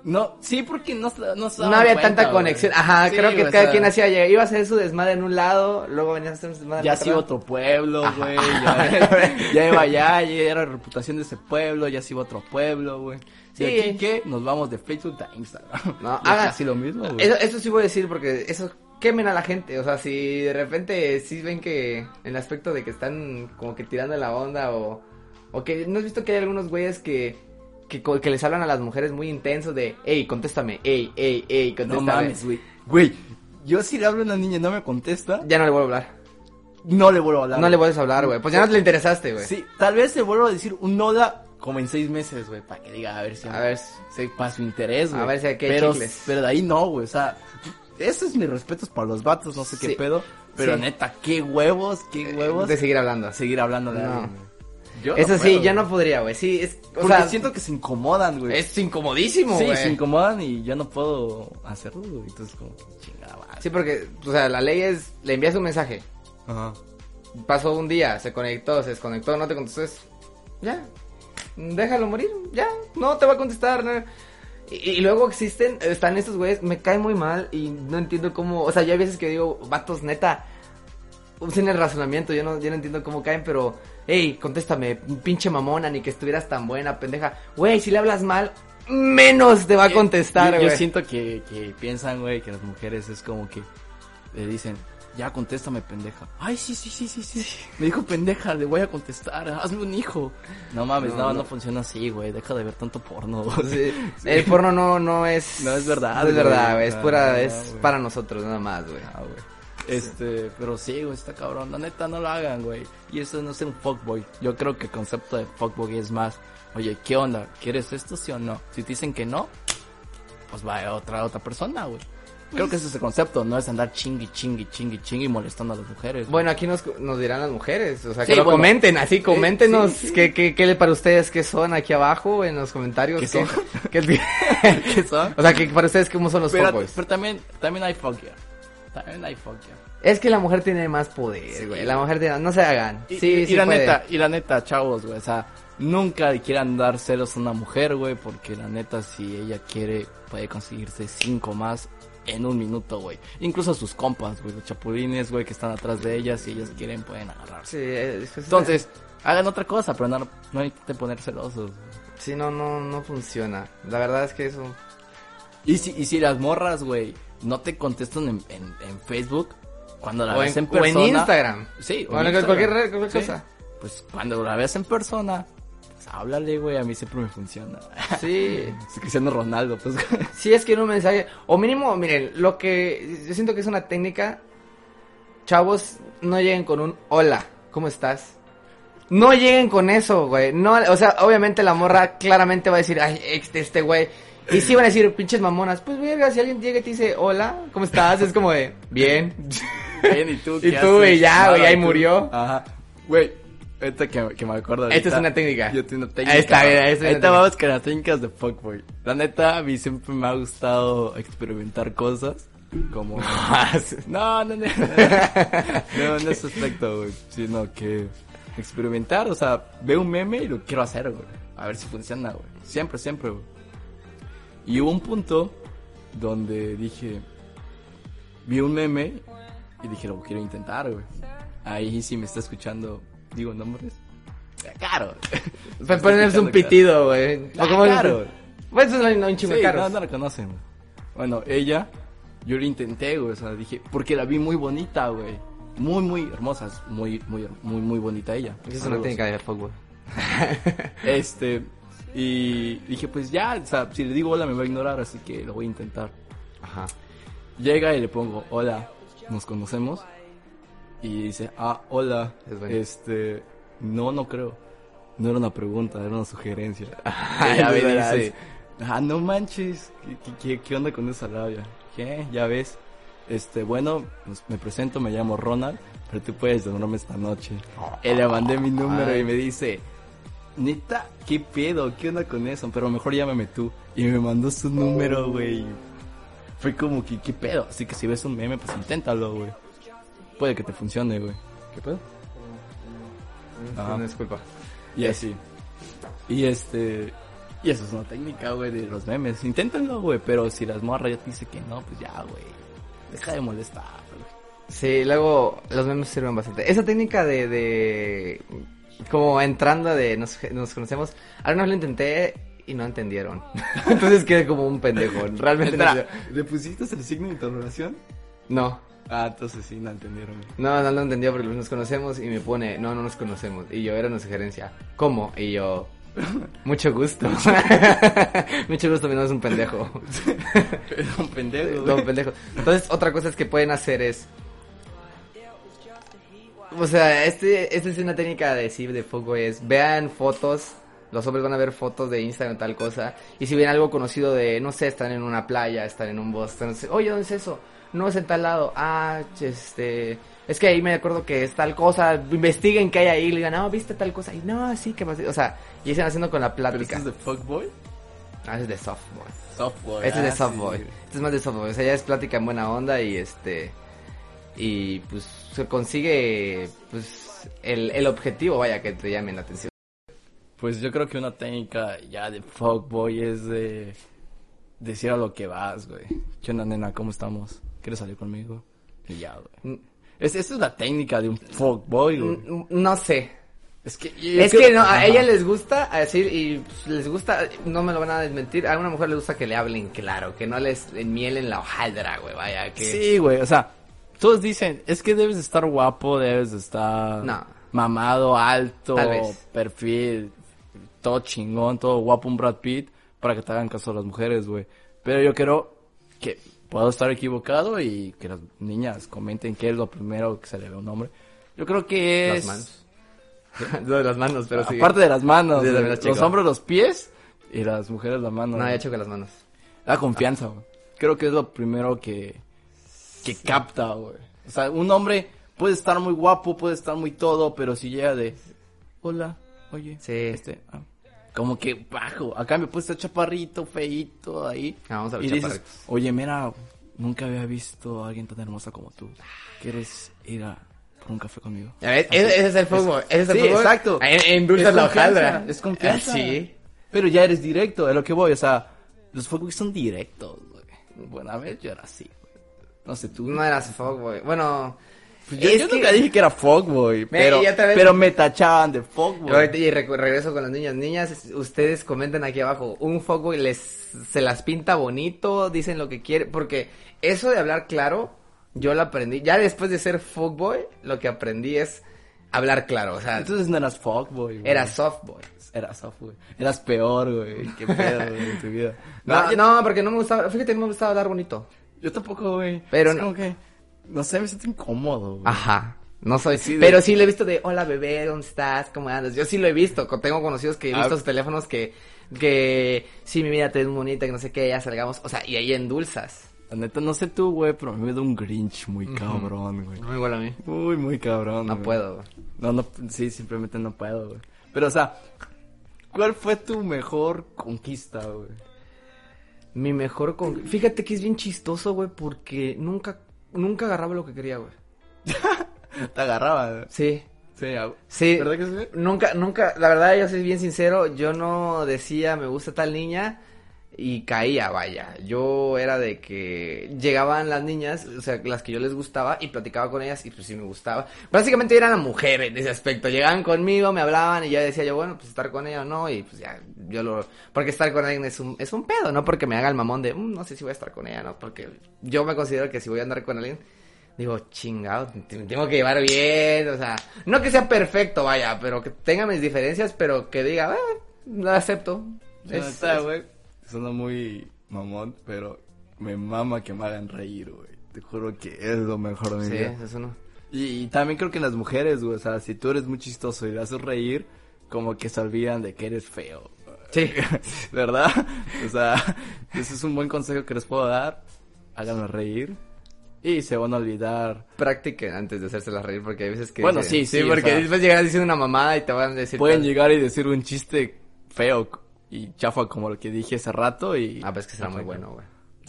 [SPEAKER 2] No, sí, porque no, se- no se
[SPEAKER 3] No
[SPEAKER 2] daban
[SPEAKER 3] había
[SPEAKER 2] cuenta,
[SPEAKER 3] tanta
[SPEAKER 2] güey.
[SPEAKER 3] conexión. Ajá,
[SPEAKER 2] Sí,
[SPEAKER 3] creo que
[SPEAKER 2] o
[SPEAKER 3] cada
[SPEAKER 2] sea,
[SPEAKER 3] quien hacía llega. Iba a hacer su desmadre en un lado, luego venía a hacer su desmadre
[SPEAKER 2] Ya
[SPEAKER 3] en otro.
[SPEAKER 2] sí iba a
[SPEAKER 3] lado.
[SPEAKER 2] otro pueblo, güey. Ya, ya iba allá, ya era la reputación de ese pueblo, ya sí iba a otro pueblo, güey.
[SPEAKER 3] Sí.
[SPEAKER 2] Sí. ¿Y aquí qué? Nos vamos de Facebook a Instagram.
[SPEAKER 3] No,
[SPEAKER 2] Y
[SPEAKER 3] hagan-
[SPEAKER 2] casi lo mismo, güey.
[SPEAKER 3] Eso, eso sí voy a decir porque eso quemen a la gente. O sea, si de repente sí ven que en el aspecto de que están como que tirando la onda o, o que no has visto que hay algunos güeyes que, que, co- que les hablan a las mujeres muy intenso de, hey, contéstame, hey, hey, hey,
[SPEAKER 2] No
[SPEAKER 3] contéstame.
[SPEAKER 2] mames, güey. Güey, yo si le hablo a una niña y no me contesta,
[SPEAKER 3] ya no le vuelvo a hablar.
[SPEAKER 2] no le vuelvo a hablar.
[SPEAKER 3] No le vuelves a hablar, güey. Pues ya no le interesaste, güey.
[SPEAKER 2] Sí, tal vez le vuelvo a decir un hola como en seis meses, güey, para que diga, a ver si...
[SPEAKER 3] A ver.
[SPEAKER 2] se para su interés,
[SPEAKER 3] A
[SPEAKER 2] güey.
[SPEAKER 3] ver si aquí hay
[SPEAKER 2] pero,
[SPEAKER 3] chicles.
[SPEAKER 2] pero de ahí no, güey. O sea, eso es mis respetos para los vatos, no sé
[SPEAKER 3] Sí.
[SPEAKER 2] qué pedo. Pero
[SPEAKER 3] Sí.
[SPEAKER 2] neta, qué huevos, qué huevos.
[SPEAKER 3] De seguir hablando.
[SPEAKER 2] seguir hablando de
[SPEAKER 3] No.
[SPEAKER 2] alguien, güey. Yo
[SPEAKER 3] Eso sí,
[SPEAKER 2] puedo,
[SPEAKER 3] ya
[SPEAKER 2] güey.
[SPEAKER 3] no podría, güey. Sí, es. O
[SPEAKER 2] Porque
[SPEAKER 3] sea,
[SPEAKER 2] siento que se incomodan, güey.
[SPEAKER 3] es incomodísimo,
[SPEAKER 2] sí,
[SPEAKER 3] güey.
[SPEAKER 2] se incomodan y ya no puedo hacerlo, güey. Entonces, como, que chingada madre.
[SPEAKER 3] Sí, porque, o sea, la ley es: le envías un mensaje.
[SPEAKER 2] Ajá.
[SPEAKER 3] Pasó un día, se conectó, se desconectó, no te contestó. es- Ya. Déjalo morir, ya. No te va a contestar. no. Y, y luego existen, están estos güeyes, me cae muy mal y no entiendo cómo. O sea, yo hay veces que digo, vatos, neta. Usen el razonamiento, yo no, yo no entiendo cómo caen, pero. Hey, contéstame, pinche mamona, ni que estuvieras tan buena, pendeja. Güey, si le hablas mal, menos te va a contestar,
[SPEAKER 2] Yo-
[SPEAKER 3] güey.
[SPEAKER 2] Yo siento que, que piensan, güey, que las mujeres es como que le dicen, ya contéstame, pendeja. Ay, sí, sí, sí, sí, sí. Me dijo pendeja, le voy a contestar, hazme un hijo. No mames,
[SPEAKER 3] No,
[SPEAKER 2] no, no,
[SPEAKER 3] no.
[SPEAKER 2] funciona así, güey. Deja de ver tanto porno.
[SPEAKER 3] Sí, El porno no, no es.
[SPEAKER 2] No es verdad,
[SPEAKER 3] No es
[SPEAKER 2] güey.
[SPEAKER 3] verdad, güey. Es
[SPEAKER 2] No,
[SPEAKER 3] pura.
[SPEAKER 2] no,
[SPEAKER 3] es
[SPEAKER 2] güey.
[SPEAKER 3] para nosotros, nada más, güey.
[SPEAKER 2] Ah, güey. Este, pero sí, güey, está cabrón. La neta, no lo hagan, güey. Y eso no es ser un fuckboy. Yo creo que el concepto de fuckboy es más, oye, ¿qué onda? ¿Quieres esto, sí o no? Si te dicen que no, pues va a otra, otra persona, güey. Creo que ese es el concepto, no es andar chingui, chingui, chingui, chingui molestando a las mujeres. güey.
[SPEAKER 3] Bueno, aquí nos, nos dirán las mujeres. O sea,
[SPEAKER 2] Sí,
[SPEAKER 3] que lo
[SPEAKER 2] bueno. eh,
[SPEAKER 3] comenten, así, coméntenos.
[SPEAKER 2] sí, sí.
[SPEAKER 3] ¿Qué, qué, qué le para ustedes qué son aquí abajo en los comentarios?
[SPEAKER 2] ¿Qué
[SPEAKER 3] qué-
[SPEAKER 2] son?
[SPEAKER 3] qué-
[SPEAKER 2] ¿Qué son?
[SPEAKER 3] o sea, que para ustedes, ¿cómo son los
[SPEAKER 2] Pero,
[SPEAKER 3] fuckboys?
[SPEAKER 2] pero también, también hay fucker. También hay fucker.
[SPEAKER 3] Es que la mujer tiene más poder, güey. La mujer tiene. No se hagan.
[SPEAKER 2] Y,
[SPEAKER 3] sí,
[SPEAKER 2] y- y
[SPEAKER 3] sí
[SPEAKER 2] la
[SPEAKER 3] puede.
[SPEAKER 2] neta, y la neta, chavos, güey, o sea, nunca le quieran dar celos a una mujer, güey, porque la neta, si ella quiere, puede conseguirse cinco más en un minuto, güey. Incluso sus compas, güey, los chapulines, güey, que están atrás de ellas, si ellas quieren, pueden agarrarse.
[SPEAKER 3] Sí, es que es-
[SPEAKER 2] Entonces, hagan otra cosa, pero no, no intenten poner celosos. güey.
[SPEAKER 3] Sí, no, no, no funciona. La verdad es que eso.
[SPEAKER 2] Y si, y si las morras, güey, no te contestan en, en- en Facebook, Cuando la
[SPEAKER 3] O
[SPEAKER 2] ves
[SPEAKER 3] en-
[SPEAKER 2] en,
[SPEAKER 3] o en
[SPEAKER 2] persona.
[SPEAKER 3] Instagram.
[SPEAKER 2] Sí,
[SPEAKER 3] O en cualquier red, cualquier
[SPEAKER 2] Sí.
[SPEAKER 3] cosa.
[SPEAKER 2] Pues cuando la ves en persona, pues háblale, güey. A mí siempre me funciona.
[SPEAKER 3] Sí.
[SPEAKER 2] Es Cristiano Ronaldo, pues. güey.
[SPEAKER 3] Si es que en un mensaje, o mínimo, miren, lo que yo siento que es una técnica, chavos, no lleguen con un hola, ¿cómo estás? No lleguen con eso, güey. No, o sea, obviamente la morra claramente va a decir, ay, este, este güey. Y sí van a decir, pinches mamonas, pues verga, si alguien llega y te dice, hola, ¿cómo estás? Es como de, bien.
[SPEAKER 2] Bien, y tú,
[SPEAKER 3] Y
[SPEAKER 2] ¿qué
[SPEAKER 3] tú,
[SPEAKER 2] haces?
[SPEAKER 3] y ya,
[SPEAKER 2] Nada,
[SPEAKER 3] güey, ahí
[SPEAKER 2] tú.
[SPEAKER 3] murió.
[SPEAKER 2] Ajá. Güey, esta que, que me acuerdo
[SPEAKER 3] Esta es
[SPEAKER 2] ahorita,
[SPEAKER 3] una técnica.
[SPEAKER 2] Yo tengo una técnica.
[SPEAKER 3] Ahí está, mira, esta es una
[SPEAKER 2] esta Ahí te
[SPEAKER 3] técnica.
[SPEAKER 2] vamos con las técnicas de fuckboy. La neta, a mí siempre me ha gustado experimentar cosas. Como. No, no, no. No, no es aspecto, güey. Sino que experimentar, o sea, veo un meme y lo quiero hacer, güey. A ver si funciona, güey. Siempre, siempre, güey. Y hubo un punto donde dije, vi un meme y dije, lo quiero intentar, güey. Ahí sí me está escuchando, digo nombres. Eh, Claro.
[SPEAKER 3] Para ponerse un pitido, güey. O
[SPEAKER 2] Ah,
[SPEAKER 3] como-
[SPEAKER 2] claro.
[SPEAKER 3] Pues eso es un chingo de
[SPEAKER 2] Sí,
[SPEAKER 3] caros.
[SPEAKER 2] no, no la conocen. güey. Bueno, ella, yo la intenté, güey, o sea, dije, porque la vi muy bonita, güey. Muy, muy hermosa, es muy, muy, muy, muy bonita ella.
[SPEAKER 3] Esa es una
[SPEAKER 2] Saludos.
[SPEAKER 3] técnica de fuckboy.
[SPEAKER 2] Este, y dije, pues ya, o sea, si le digo hola me va a ignorar, así que lo voy a intentar.
[SPEAKER 3] Ajá.
[SPEAKER 2] Llega y le pongo, hola, nos conocemos. Y dice, ah, hola.
[SPEAKER 3] Es bueno.
[SPEAKER 2] este, no, no creo. No era una pregunta, era una sugerencia.
[SPEAKER 3] Ay,
[SPEAKER 2] Ella me
[SPEAKER 3] verás.
[SPEAKER 2] dice, ah, no manches, ¿qué- ¿qué, qué, qué onda con esa labia? ¿Qué? Ya ves. Este, bueno, pues me presento, me llamo Ronald, pero tú puedes donarme esta noche.
[SPEAKER 3] Ah. Eh,
[SPEAKER 2] Y Eh, le mandé mi número
[SPEAKER 3] Ay.
[SPEAKER 2] y me dice, neta, ¿qué pedo? ¿Qué onda con eso? Pero mejor llámame tú. Y me mandó su número, güey. Fue como que, ¿qué pedo? Así que si ves un meme, pues inténtalo, güey. Puede que te funcione, güey. ¿Qué pedo?
[SPEAKER 3] No, no, disculpa.
[SPEAKER 2] Y así. Y este. Y eso es una técnica, güey, de los memes. Inténtenlo, güey, pero si las morras ya te dice que no, pues ya, güey. Deja de molestar, güey.
[SPEAKER 3] Sí, luego los memes sirven bastante. Esa técnica de, de como entrando de nos, nos conocemos, algunos lo intenté y no entendieron. Entonces quedé como un pendejo. Realmente no.
[SPEAKER 2] Espera, ¿le pusiste el signo de interrogación?
[SPEAKER 3] No,
[SPEAKER 2] Ah, entonces sí, no entendieron. güey.
[SPEAKER 3] no, no lo entendió porque nos conocemos y me pone, no, no nos conocemos. Y yo era una sugerencia. ¿Cómo? Y yo, mucho gusto. mucho gusto, mi nombre es un pendejo.
[SPEAKER 2] Era un pendejo,
[SPEAKER 3] Don
[SPEAKER 2] güey.
[SPEAKER 3] Este, pendejo. Entonces, otra cosa es que pueden hacer es. O sea, este, esta es una técnica de sí, de fuego es vean fotos. Los hombres van a ver fotos de Instagram tal cosa. Y si ven algo conocido de, no sé, están en una playa, están en un bosque, no sé, oye, ¿dónde es eso? No es en tal lado. Ah, ch- este. Es que ahí me acuerdo que es tal cosa. Investiguen qué hay ahí. Le digan, no, viste tal cosa. Y no, sí, que más. O sea, y están haciendo con la
[SPEAKER 2] ¿Pero este
[SPEAKER 3] plática.
[SPEAKER 2] es de fuckboy?
[SPEAKER 3] Ah, es de softball.
[SPEAKER 2] Softboy.
[SPEAKER 3] Este es de
[SPEAKER 2] ah,
[SPEAKER 3] softboy.
[SPEAKER 2] sí.
[SPEAKER 3] Este es más de softboy. O sea, ya es plática en buena onda y este. Y pues se consigue pues el, el objetivo, vaya, que te llamen la atención.
[SPEAKER 2] Pues yo creo que una técnica ya de fuckboy es de decir a lo que vas, güey. ¿Qué onda, nena? ¿Cómo estamos? ¿Quieres salir conmigo? Y ya, güey. Es, esa es la técnica de un fuckboy, güey.
[SPEAKER 3] N- No sé.
[SPEAKER 2] Es que,
[SPEAKER 3] Es que no, a
[SPEAKER 2] Ajá.
[SPEAKER 3] ella les gusta decir y pues, les gusta, no me lo van a desmentir, a una mujer le gusta que le hablen claro, que no les mielen la hojaldra, güey, vaya, que...
[SPEAKER 2] Sí, güey, o sea, todos dicen, es que debes de estar guapo, debes de estar
[SPEAKER 3] No.
[SPEAKER 2] mamado, alto,
[SPEAKER 3] Tal vez.
[SPEAKER 2] perfil, todo chingón, todo guapo, un Brad Pitt, para que te hagan caso las mujeres, güey. Pero yo creo que puedo estar equivocado y que las niñas comenten qué es lo primero que se le ve a un hombre. Yo creo que
[SPEAKER 3] Las
[SPEAKER 2] es...
[SPEAKER 3] manos. Lo de las manos, pero sí.
[SPEAKER 2] Aparte de las manos,
[SPEAKER 3] Sí,
[SPEAKER 2] güey,
[SPEAKER 3] también las
[SPEAKER 2] los
[SPEAKER 3] checo.
[SPEAKER 2] hombros, los pies y las mujeres la mano.
[SPEAKER 3] No, ya
[SPEAKER 2] güey.
[SPEAKER 3] choca las manos.
[SPEAKER 2] La confianza, güey. Creo que es lo primero que, que capta, güey. O sea, un hombre puede estar muy guapo, puede estar muy todo, pero si llega de, hola, oye,
[SPEAKER 3] Sí.
[SPEAKER 2] este, ah", como que bajo. A cambio, puede estar chaparrito, feito, ahí.
[SPEAKER 3] Ah, vamos a ver
[SPEAKER 2] y dices,
[SPEAKER 3] chaparritos.
[SPEAKER 2] oye, mira, nunca había visto a alguien tan hermosa como tú. ¿Quieres ir a por un café conmigo?
[SPEAKER 3] A ver, ese, ese es el fútbol. Ese es el
[SPEAKER 2] Sí,
[SPEAKER 3] fútbol.
[SPEAKER 2] exacto.
[SPEAKER 3] Ahí endulzas
[SPEAKER 2] Es
[SPEAKER 3] la
[SPEAKER 2] confianza,
[SPEAKER 3] hojaldra.
[SPEAKER 2] Es confianza.
[SPEAKER 3] Ah, Sí.
[SPEAKER 2] Pero ya eres directo, es lo que voy. O sea, los fuckboys son directos, güey. Buena vez yo era así, güey. No sé, tú.
[SPEAKER 3] No eras fuckboy. Bueno.
[SPEAKER 2] Pues yo
[SPEAKER 3] es
[SPEAKER 2] yo
[SPEAKER 3] que-
[SPEAKER 2] nunca dije que era fuckboy, pero,
[SPEAKER 3] y otra vez-
[SPEAKER 2] pero me tachaban de
[SPEAKER 3] Y ahorita-
[SPEAKER 2] fuckboy.
[SPEAKER 3] Y recu- regreso con las niñas. Niñas, ustedes comentan aquí abajo. Un fuckboy les, se las pinta bonito, dicen lo que quiere. Porque eso de hablar claro yo lo aprendí. Ya después de ser fuckboy, lo que aprendí es hablar claro. O sea,
[SPEAKER 2] Entonces no eras fuckboy, güey.
[SPEAKER 3] era softboy.
[SPEAKER 2] Eras soft, güey. Eras peor, güey. Qué pedo, güey, en tu vida.
[SPEAKER 3] No,
[SPEAKER 2] yo,
[SPEAKER 3] no, porque no me gustaba. Fíjate, no me gustaba hablar bonito.
[SPEAKER 2] yo tampoco, güey.
[SPEAKER 3] Pero
[SPEAKER 2] es
[SPEAKER 3] no- Ah.
[SPEAKER 2] como que, no sé, me siento incómodo, güey.
[SPEAKER 3] Ajá. No soy.
[SPEAKER 2] Sí, de-
[SPEAKER 3] pero sí lo he visto de hola bebé, ¿dónde estás? ¿Cómo andas? Yo sí lo he visto. co- Tengo conocidos que he
[SPEAKER 2] Ah.
[SPEAKER 3] visto sus teléfonos que. Que sí, mi vida te es bonita, que no sé qué, ya salgamos. O sea, y ahí endulzas.
[SPEAKER 2] La neta, no sé tú, güey, pero a mí me da un grinch muy cabrón, güey.
[SPEAKER 3] igual a mí.
[SPEAKER 2] Uy, muy cabrón,
[SPEAKER 3] No
[SPEAKER 2] güey.
[SPEAKER 3] puedo.
[SPEAKER 2] No, no, sí, simplemente no puedo, güey. Pero, o sea, ¿cuál fue tu mejor conquista, güey?
[SPEAKER 3] Mi mejor con... Fíjate que es bien chistoso, güey, porque nunca, nunca agarraba lo que quería, güey.
[SPEAKER 2] Te agarraba, güey.
[SPEAKER 3] Sí.
[SPEAKER 2] Sí, a-
[SPEAKER 3] Sí.
[SPEAKER 2] ¿Verdad que sí?
[SPEAKER 3] Nunca, nunca, la verdad, yo soy bien sincero, yo no decía me gusta tal niña y caía, vaya. Yo era de que llegaban las niñas, o sea, las que yo les gustaba y platicaba con ellas y pues sí me gustaba. Básicamente eran la mujer en ese aspecto, llegaban conmigo, me hablaban y ya decía yo, bueno, pues estar con ella o no y pues ya, yo lo... Porque estar con alguien es un, es un pedo, no porque me haga el mamón de, "Mm, no sé si voy a estar con ella, no, porque yo me considero que si voy a andar con alguien... Digo, chingado, te- me tengo que llevar bien, o sea, no que sea perfecto, vaya, pero que tenga mis diferencias, pero que diga, "Eh, lo acepto.
[SPEAKER 2] La
[SPEAKER 3] Es-
[SPEAKER 2] neta,
[SPEAKER 3] es-
[SPEAKER 2] güey. Suena muy mamón, pero me mama que me hagan reír, güey. Te juro que es lo mejor de mi
[SPEAKER 3] sí,
[SPEAKER 2] vida.
[SPEAKER 3] eso no.
[SPEAKER 2] Y, y también creo que en las mujeres, güey. O sea, si tú eres muy chistoso y le haces reír, como que se olvidan de que eres feo.
[SPEAKER 3] Sí,
[SPEAKER 2] ¿Verdad? O sea, ese es un buen consejo que les puedo dar. Háganme reír. Y se van a olvidar.
[SPEAKER 3] practiquen antes de hacérselas reír, porque hay veces que.
[SPEAKER 2] Bueno,
[SPEAKER 3] dicen-
[SPEAKER 2] sí, sí, o
[SPEAKER 3] porque
[SPEAKER 2] sea-
[SPEAKER 3] después llegarás diciendo una mamada y te van a decir.
[SPEAKER 2] Pueden
[SPEAKER 3] tal.
[SPEAKER 2] llegar y decir un chiste feo y chafa como lo que dije hace rato y...
[SPEAKER 3] Ah, pues que será muy bueno, güey.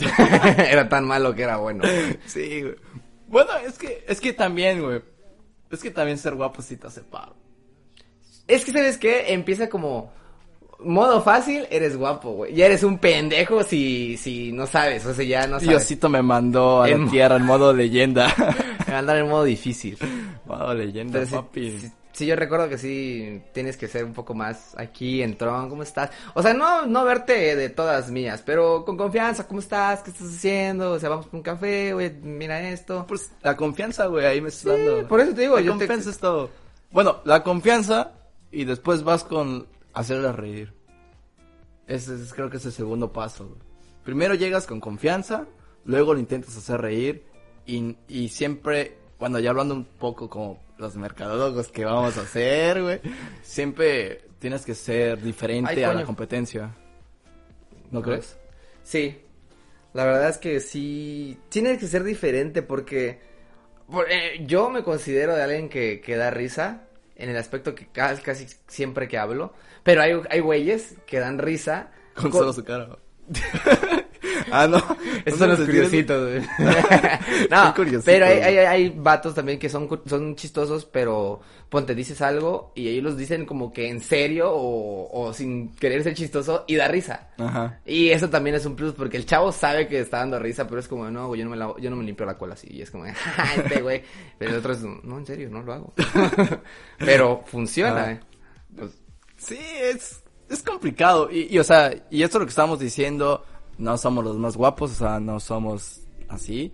[SPEAKER 3] era tan malo que era bueno. güey.
[SPEAKER 2] Sí, güey. Bueno, es que, es que también, güey. Es que también ser guapo sí te hace paro.
[SPEAKER 3] Es que, ¿sabes qué? Empieza como. Modo fácil, eres guapo, güey. Ya eres un pendejo si, si no sabes, o sea, ya no sabes.
[SPEAKER 2] Diosito me mandó a
[SPEAKER 3] En-
[SPEAKER 2] la tierra en modo leyenda.
[SPEAKER 3] Andar en modo difícil.
[SPEAKER 2] modo leyenda,
[SPEAKER 3] Pero sí-
[SPEAKER 2] papi.
[SPEAKER 3] sí, sí, yo recuerdo que sí tienes que ser un poco más aquí, en tron, ¿cómo estás? O sea, no, no verte de todas mías, pero con confianza, ¿cómo estás? ¿Qué estás haciendo? O sea, vamos por un café, güey, mira esto.
[SPEAKER 2] Pues, la confianza, güey, ahí me estás dando. güey.
[SPEAKER 3] por eso te digo,
[SPEAKER 2] La
[SPEAKER 3] yo te-
[SPEAKER 2] confianza es todo. Bueno, la confianza y después vas con hacerla reír. Ese es, creo que es el segundo paso, güey. Primero llegas con confianza, luego lo intentas hacer reír y, y siempre, bueno, ya hablando un poco como los mercadólogos que vamos a hacer, güey, siempre tienes que ser diferente
[SPEAKER 3] Ay,
[SPEAKER 2] a la
[SPEAKER 3] coño.
[SPEAKER 2] competencia. ¿No crees?
[SPEAKER 3] Sí, la verdad es que sí, tienes que ser diferente porque por- eh, yo me considero de alguien que, que da risa en el aspecto que ca- casi siempre que hablo, pero hay, hay güeyes que dan risa.
[SPEAKER 2] Con
[SPEAKER 3] con-
[SPEAKER 2] solo su cara. ah, no.
[SPEAKER 3] Esos son los
[SPEAKER 2] Entonces, tienes-
[SPEAKER 3] curiositos, güey. no,
[SPEAKER 2] Son curiositos,
[SPEAKER 3] pero hay, hay,
[SPEAKER 2] güey.
[SPEAKER 3] hay vatos también que son, cu- son chistosos, pero ponte, dices algo y ellos los dicen como que en serio o, o sin querer ser chistoso y da risa.
[SPEAKER 2] Ajá.
[SPEAKER 3] Y eso también es un plus porque el chavo sabe que está dando risa, pero es como, no, güey, yo no me, lavo- yo no me limpio la cola así. Y es como, "Ja, este güey. Pero el otro es, no, en serio, no lo hago. pero funciona,
[SPEAKER 2] Ah.
[SPEAKER 3] eh. Pues,
[SPEAKER 2] Sí, es, es complicado. Y, y, o sea, y esto es lo que estamos diciendo, no somos los más guapos, o sea, no somos así.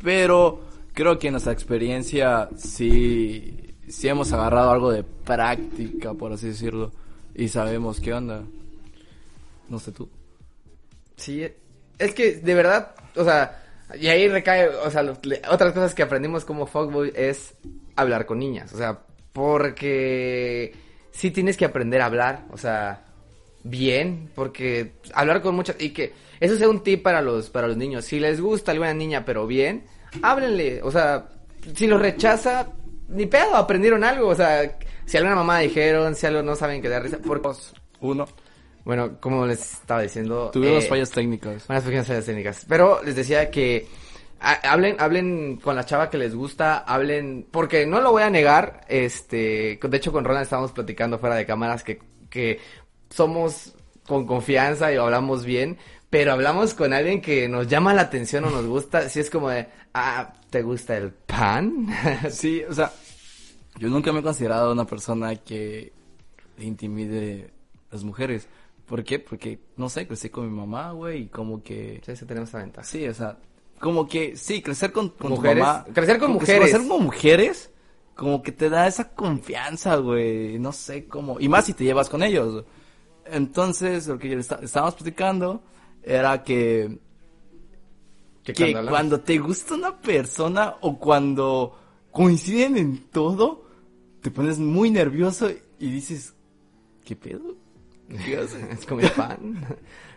[SPEAKER 2] Pero creo que en nuestra experiencia sí, sí hemos agarrado algo de práctica, por así decirlo. Y sabemos qué onda. No sé tú.
[SPEAKER 3] Sí, es que de verdad, o sea, y ahí recae, o sea, lo- le- otras cosas que aprendimos como fuckboy es hablar con niñas, o sea, porque sí tienes que aprender a hablar, o sea, bien, porque hablar con muchas y que eso sea un tip para los para los niños, si les gusta alguna niña pero bien, háblenle, o sea, si los rechaza ni pedo, aprendieron algo, o sea, si alguna mamá dijeron, si algo no saben que da risa, porque
[SPEAKER 2] Uno.
[SPEAKER 3] bueno, como les estaba diciendo,
[SPEAKER 2] Tuvimos
[SPEAKER 3] eh,
[SPEAKER 2] fallas técnicas.
[SPEAKER 3] unas pequeñas fallas técnicas. Pero les decía que ha- hablen, hablen con la chava que les gusta, hablen, porque no lo voy a negar, este, con- de hecho con Ronald estábamos platicando fuera de cámaras que, que somos con confianza y hablamos bien, pero hablamos con alguien que nos llama la atención o nos gusta, si es como de, ah, ¿te gusta el pan?
[SPEAKER 2] Sí, o sea, yo nunca me he considerado una persona que le intimide las mujeres. ¿Por qué? Porque, no sé, crecí con mi mamá, güey, y como que...
[SPEAKER 3] sí, sí, tenemos esa ventaja.
[SPEAKER 2] Sí, o sea, como que, sí, crecer con, con tu
[SPEAKER 3] Mujeres.
[SPEAKER 2] mamá.
[SPEAKER 3] Crecer con
[SPEAKER 2] como que
[SPEAKER 3] mujeres.
[SPEAKER 2] Crecer con mujeres, como que te da esa confianza, güey. No sé cómo. Y más si te llevas con ellos. Entonces, lo que yo le esta- estábamos platicando era que
[SPEAKER 3] Que
[SPEAKER 2] que
[SPEAKER 3] cuando hablamos-
[SPEAKER 2] cuando te gusta una persona o cuando coinciden en todo, te pones muy nervioso y dices, ¿qué pedo? ¿Qué vas a hacer?"
[SPEAKER 3] Es como el pan.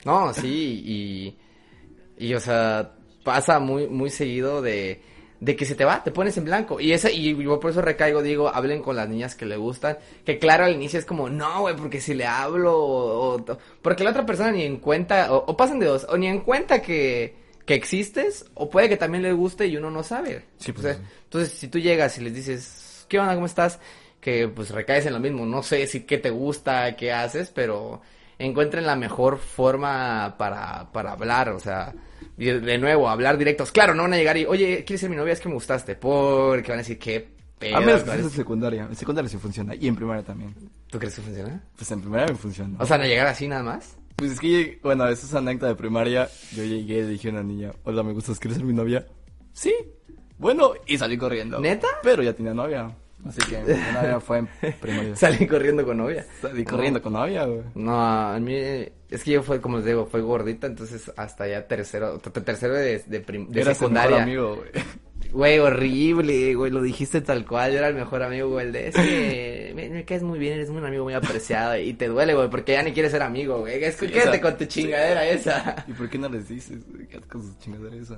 [SPEAKER 3] No, sí, y, y o sea, pasa muy, muy seguido de, de que se te va, te pones en blanco. Y esa, y yo por eso recaigo, digo, hablen con las niñas que le gustan. Que claro, al inicio es como, no, güey, porque si le hablo, o, o- porque la otra persona ni en cuenta, o, o pasan de dos, o ni en cuenta que, que existes, o puede que también le guste y uno no sabe.
[SPEAKER 2] Sí, pues,
[SPEAKER 3] O sea,
[SPEAKER 2] sí.
[SPEAKER 3] entonces, si tú llegas y les dices, ¿qué onda? ¿Cómo estás? Que pues recaes en lo mismo. No sé si qué te gusta, qué haces, pero encuentren la mejor forma para, para hablar. O sea, y de nuevo, hablar directos. Claro, no van a llegar y, oye, ¿quieres ser mi novia? Es que me gustaste. Porque van a decir, ¿qué pedo?
[SPEAKER 2] A menos que
[SPEAKER 3] ¿cuál
[SPEAKER 2] estés en
[SPEAKER 3] es?
[SPEAKER 2] secundaria. En secundaria sí funciona. Y en primaria también.
[SPEAKER 3] ¿Tú crees que funciona?
[SPEAKER 2] Pues en primaria me funciona.
[SPEAKER 3] O sea, no llegar así nada más.
[SPEAKER 2] pues es que, llegué- bueno, esa es anécdota de primaria. Yo llegué y le dije a una niña, hola, me gustas, ¿quieres ser mi novia? Sí. Bueno, y salí corriendo.
[SPEAKER 3] ¿Neta?
[SPEAKER 2] Pero ya tenía novia. Así que mi novia fue en primaria.
[SPEAKER 3] Salí corriendo con novia.
[SPEAKER 2] Salí corriendo con novia, güey.
[SPEAKER 3] No, a mí es que yo fue, como les digo, fue gordita, entonces hasta ya tercero, t- tercero de, de, prim- de
[SPEAKER 2] Era su mejor
[SPEAKER 3] secundaria.
[SPEAKER 2] amigo, güey.
[SPEAKER 3] Güey, horrible, güey, lo dijiste tal cual, yo era el mejor amigo, güey, el de ese, me, me caes muy bien, eres un amigo muy apreciado y te duele, güey, porque ya ni quieres ser amigo, güey, es que
[SPEAKER 2] Sí,
[SPEAKER 3] quédate
[SPEAKER 2] o sea,
[SPEAKER 3] con tu chingadera esa.
[SPEAKER 2] ¿Y por qué no les dices? güey? ¿Qué con sus chingaderas?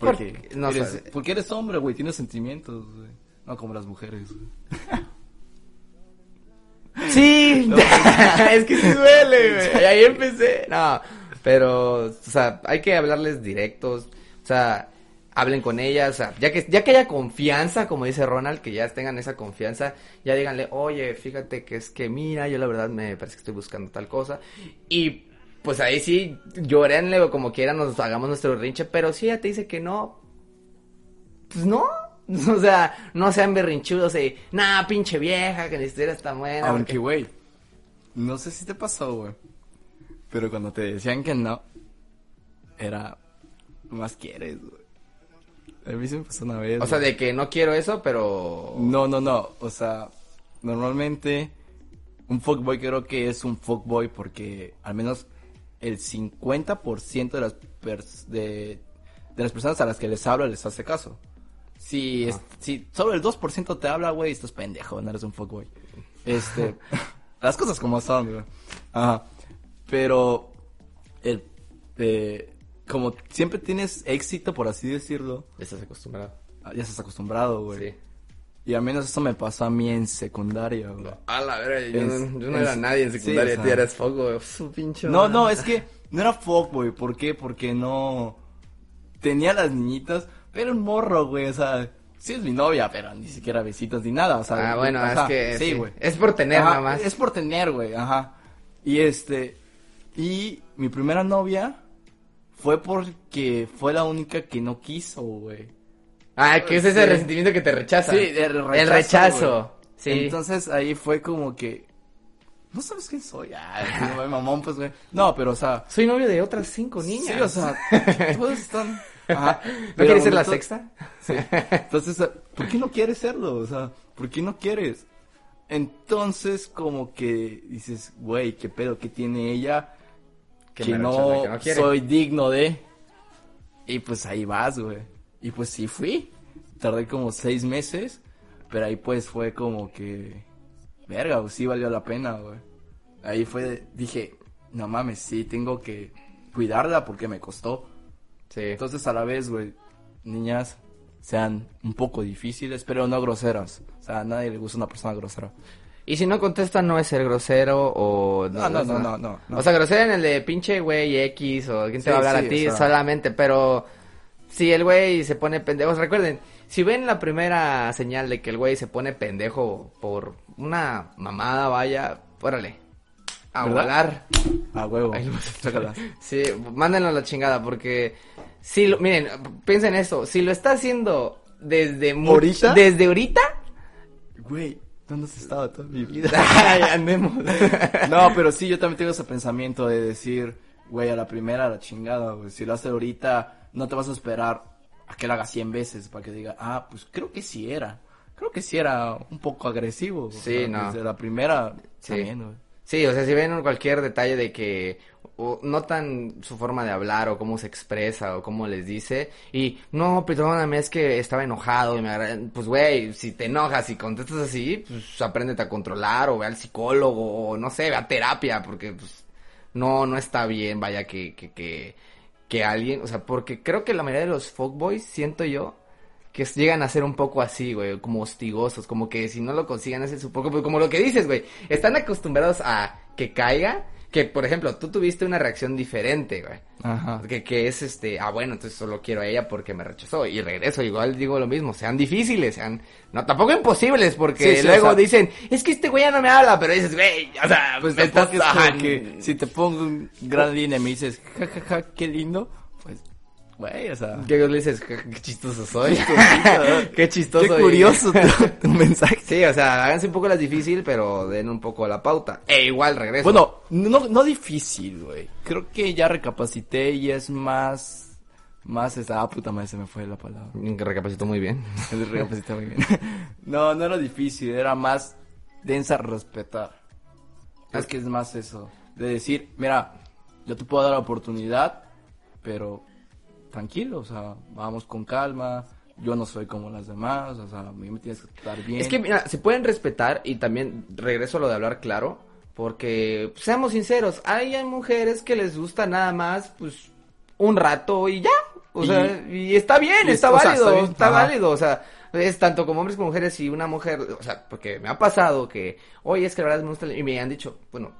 [SPEAKER 3] Porque no
[SPEAKER 2] eres,
[SPEAKER 3] sabe.
[SPEAKER 2] porque eres hombre, güey, tienes sentimientos, güey. No como las mujeres, güey.
[SPEAKER 3] Sí, es que sí duele, güey, y ahí empecé, no, pero, o sea, hay que hablarles directos, o sea, hablen con ellas, o sea, ya que, ya que haya confianza, como dice Ronald, que ya tengan esa confianza, ya díganle, oye, fíjate que es que mira, yo la verdad me parece que estoy buscando tal cosa, y pues ahí sí, llorenle o como quieran, nos hagamos nuestro rinche, pero si ella te dice que no, pues no. O sea, no sean berrinchudos y, nah, pinche vieja, que ni siquiera está buena. porque-
[SPEAKER 2] Aunque, güey, no sé si te pasó, güey. Pero cuando te decían que no, era más quieres, güey. A mí se me pasó una vez.
[SPEAKER 3] O sea,
[SPEAKER 2] güey.
[SPEAKER 3] de que no quiero eso, pero...
[SPEAKER 2] No, no, no. O sea, normalmente un fuckboy creo que es un fuckboy porque al menos el 50% de las, pers- de, de las personas a las que les habla les hace caso. Si, es- si solo el 2% te habla, güey, estás pendejo, no eres un fuckboy. Este, las cosas como son, güey. Ajá. Pero el, eh, como siempre tienes éxito, por así decirlo, ah,
[SPEAKER 3] Estás acostumbrado.
[SPEAKER 2] ya estás acostumbrado, güey.
[SPEAKER 3] Sí.
[SPEAKER 2] Y al menos eso me pasó a mí en secundaria, güey.
[SPEAKER 3] A la verga, yo,
[SPEAKER 2] Es-
[SPEAKER 3] no, yo no
[SPEAKER 2] es-
[SPEAKER 3] era nadie en
[SPEAKER 2] sí,
[SPEAKER 3] secundaria,
[SPEAKER 2] o sea-
[SPEAKER 3] tú eras foco, güey. Su pinche...
[SPEAKER 2] No,
[SPEAKER 3] madre.
[SPEAKER 2] no, es que no era fuckboy. ¿Por qué? Porque no... Tenía las niñitas, pero un morro, güey, o sea... Sí es mi novia, pero ni siquiera besitos ni nada, o sea...
[SPEAKER 3] Ah, bueno,
[SPEAKER 2] ajá,
[SPEAKER 3] es que...
[SPEAKER 2] Sí,
[SPEAKER 3] sí.
[SPEAKER 2] güey.
[SPEAKER 3] Es por tener
[SPEAKER 2] Ajá,
[SPEAKER 3] nada más.
[SPEAKER 2] Es por tener, güey, ajá. Y este... Y mi primera novia fue porque fue la única que no quiso, güey.
[SPEAKER 3] Ah, que es ese
[SPEAKER 2] Sí.
[SPEAKER 3] resentimiento que te rechaza.
[SPEAKER 2] Sí, el rechazo.
[SPEAKER 3] El rechazo.
[SPEAKER 2] güey.
[SPEAKER 3] Sí.
[SPEAKER 2] Entonces ahí fue como que. No sabes quién soy. Ah, no, mamón, pues, güey. No, pero, o sea.
[SPEAKER 3] Soy novio de otras cinco niñas.
[SPEAKER 2] Sí, o sea, todos están. Ajá.
[SPEAKER 3] ¿No
[SPEAKER 2] Pero
[SPEAKER 3] quieres ser la
[SPEAKER 2] momento-
[SPEAKER 3] sexta?
[SPEAKER 2] Sí. Entonces, ¿por qué no quieres serlo? O sea, ¿por qué no quieres? Entonces, como que dices, güey, ¿qué pedo que tiene ella?
[SPEAKER 3] Que
[SPEAKER 2] Que,
[SPEAKER 3] me
[SPEAKER 2] no,
[SPEAKER 3] rechaza, que no quiere.
[SPEAKER 2] soy digno de. Y pues ahí vas, güey. Y pues sí fui. Tardé como seis meses, pero ahí pues fue como que. Verga, güey, sí valió la pena, güey. Ahí fue, de- dije, no mames, sí, tengo que cuidarla porque me costó.
[SPEAKER 3] Sí.
[SPEAKER 2] Entonces a la vez, güey, niñas sean un poco difíciles, pero no groseras. O sea, a nadie le gusta una persona grosera.
[SPEAKER 3] Y si no contesta, no es ser grosero o...
[SPEAKER 2] No, no, no, no, no, no.
[SPEAKER 3] O sea, grosero en el de pinche güey X o quién te
[SPEAKER 2] Sí,
[SPEAKER 3] va a hablar
[SPEAKER 2] sí,
[SPEAKER 3] a ti
[SPEAKER 2] o sea.
[SPEAKER 3] solamente, pero... Si el güey se pone pendejo, recuerden, si ven la primera señal de que el güey se pone pendejo por una mamada, vaya, órale, a
[SPEAKER 2] ¿Verdad?
[SPEAKER 3] volar.
[SPEAKER 2] A huevo.
[SPEAKER 3] Ahí lo vas
[SPEAKER 2] Chócala.
[SPEAKER 3] Sí, mándenlo a la chingada porque si lo, miren, piensen esto, si lo está haciendo desde much-
[SPEAKER 2] ¿Ahorita?
[SPEAKER 3] desde ahorita,
[SPEAKER 2] Güey, ¿dónde has estado toda mi vida?
[SPEAKER 3] ay, andemos.
[SPEAKER 2] No, pero sí, yo también tengo ese pensamiento de decir, güey, a la primera, a la chingada, güey. Si lo haces ahorita, no te vas a esperar a que lo haga 100 veces para que diga, ah, pues creo que sí era. Creo que sí era un poco agresivo.
[SPEAKER 3] Sí,
[SPEAKER 2] pero
[SPEAKER 3] no.
[SPEAKER 2] Desde la primera,
[SPEAKER 3] Sí.
[SPEAKER 2] también, güey.
[SPEAKER 3] Sí, o sea, si ven cualquier detalle de que o notan su forma de hablar o cómo se expresa o cómo les dice y no, perdóname, es que estaba enojado y me agra- pues güey, si te enojas y contestas así, pues apréndete a controlar o ve al psicólogo o no sé, ve a terapia porque pues no, no está bien, vaya que, que, que, que alguien, o sea, porque creo que la mayoría de los fuckboys, siento yo, que s- llegan a ser un poco así, güey, como hostigosos, como que si no lo consigan ese su poco, como lo que dices, güey, están acostumbrados a que caiga, que por ejemplo, tú tuviste una reacción diferente, güey.
[SPEAKER 2] Ajá.
[SPEAKER 3] Que, que es este, ah, bueno, entonces solo quiero a ella porque me rechazó. Y regreso, igual digo lo mismo, sean difíciles, sean, no, tampoco imposibles, porque
[SPEAKER 2] Sí, sí,
[SPEAKER 3] luego
[SPEAKER 2] o sea-
[SPEAKER 3] dicen, es que este güey ya no me habla, pero dices, güey, o sea,
[SPEAKER 2] Pues
[SPEAKER 3] me
[SPEAKER 2] tampoco es como
[SPEAKER 3] ajá,
[SPEAKER 2] que si te pongo un gran línea y me dices, ja, ja, ja, qué lindo, pues, güey, o sea,
[SPEAKER 3] Que le dices, qué qué chistoso soy. qué chistoso.
[SPEAKER 2] qué
[SPEAKER 3] y-
[SPEAKER 2] curioso tu, tu mensaje.
[SPEAKER 3] Sí, o sea, háganse un poco las difícil, pero den un poco la pauta. E igual regreso.
[SPEAKER 2] Bueno, no, no difícil, güey. Creo que ya recapacité y es más, más esa, ah, puta madre, se me fue la palabra.
[SPEAKER 3] recapacito muy bien.
[SPEAKER 2] Recapacité muy bien. No, no era difícil, era más densa respetar. Es que es más eso, de decir, mira, yo te puedo dar la oportunidad, pero tranquilo, o sea, vamos con calma, yo no soy como las demás, o sea, a mí me tienes que tratar bien.
[SPEAKER 3] Es que, mira, se pueden respetar y también regreso a lo de hablar claro, porque pues, seamos sinceros, hay, hay mujeres que les gusta nada más, pues, un rato y ya. O
[SPEAKER 2] Y-
[SPEAKER 3] sea, y está bien,
[SPEAKER 2] y
[SPEAKER 3] está
[SPEAKER 2] es- o sea,
[SPEAKER 3] válido,
[SPEAKER 2] está
[SPEAKER 3] está,
[SPEAKER 2] bien, ajá.
[SPEAKER 3] válido, o sea, es tanto como hombres como mujeres y una mujer, o sea, porque me ha pasado que, oye, es que la verdad me gusta, el-", y me han dicho, bueno,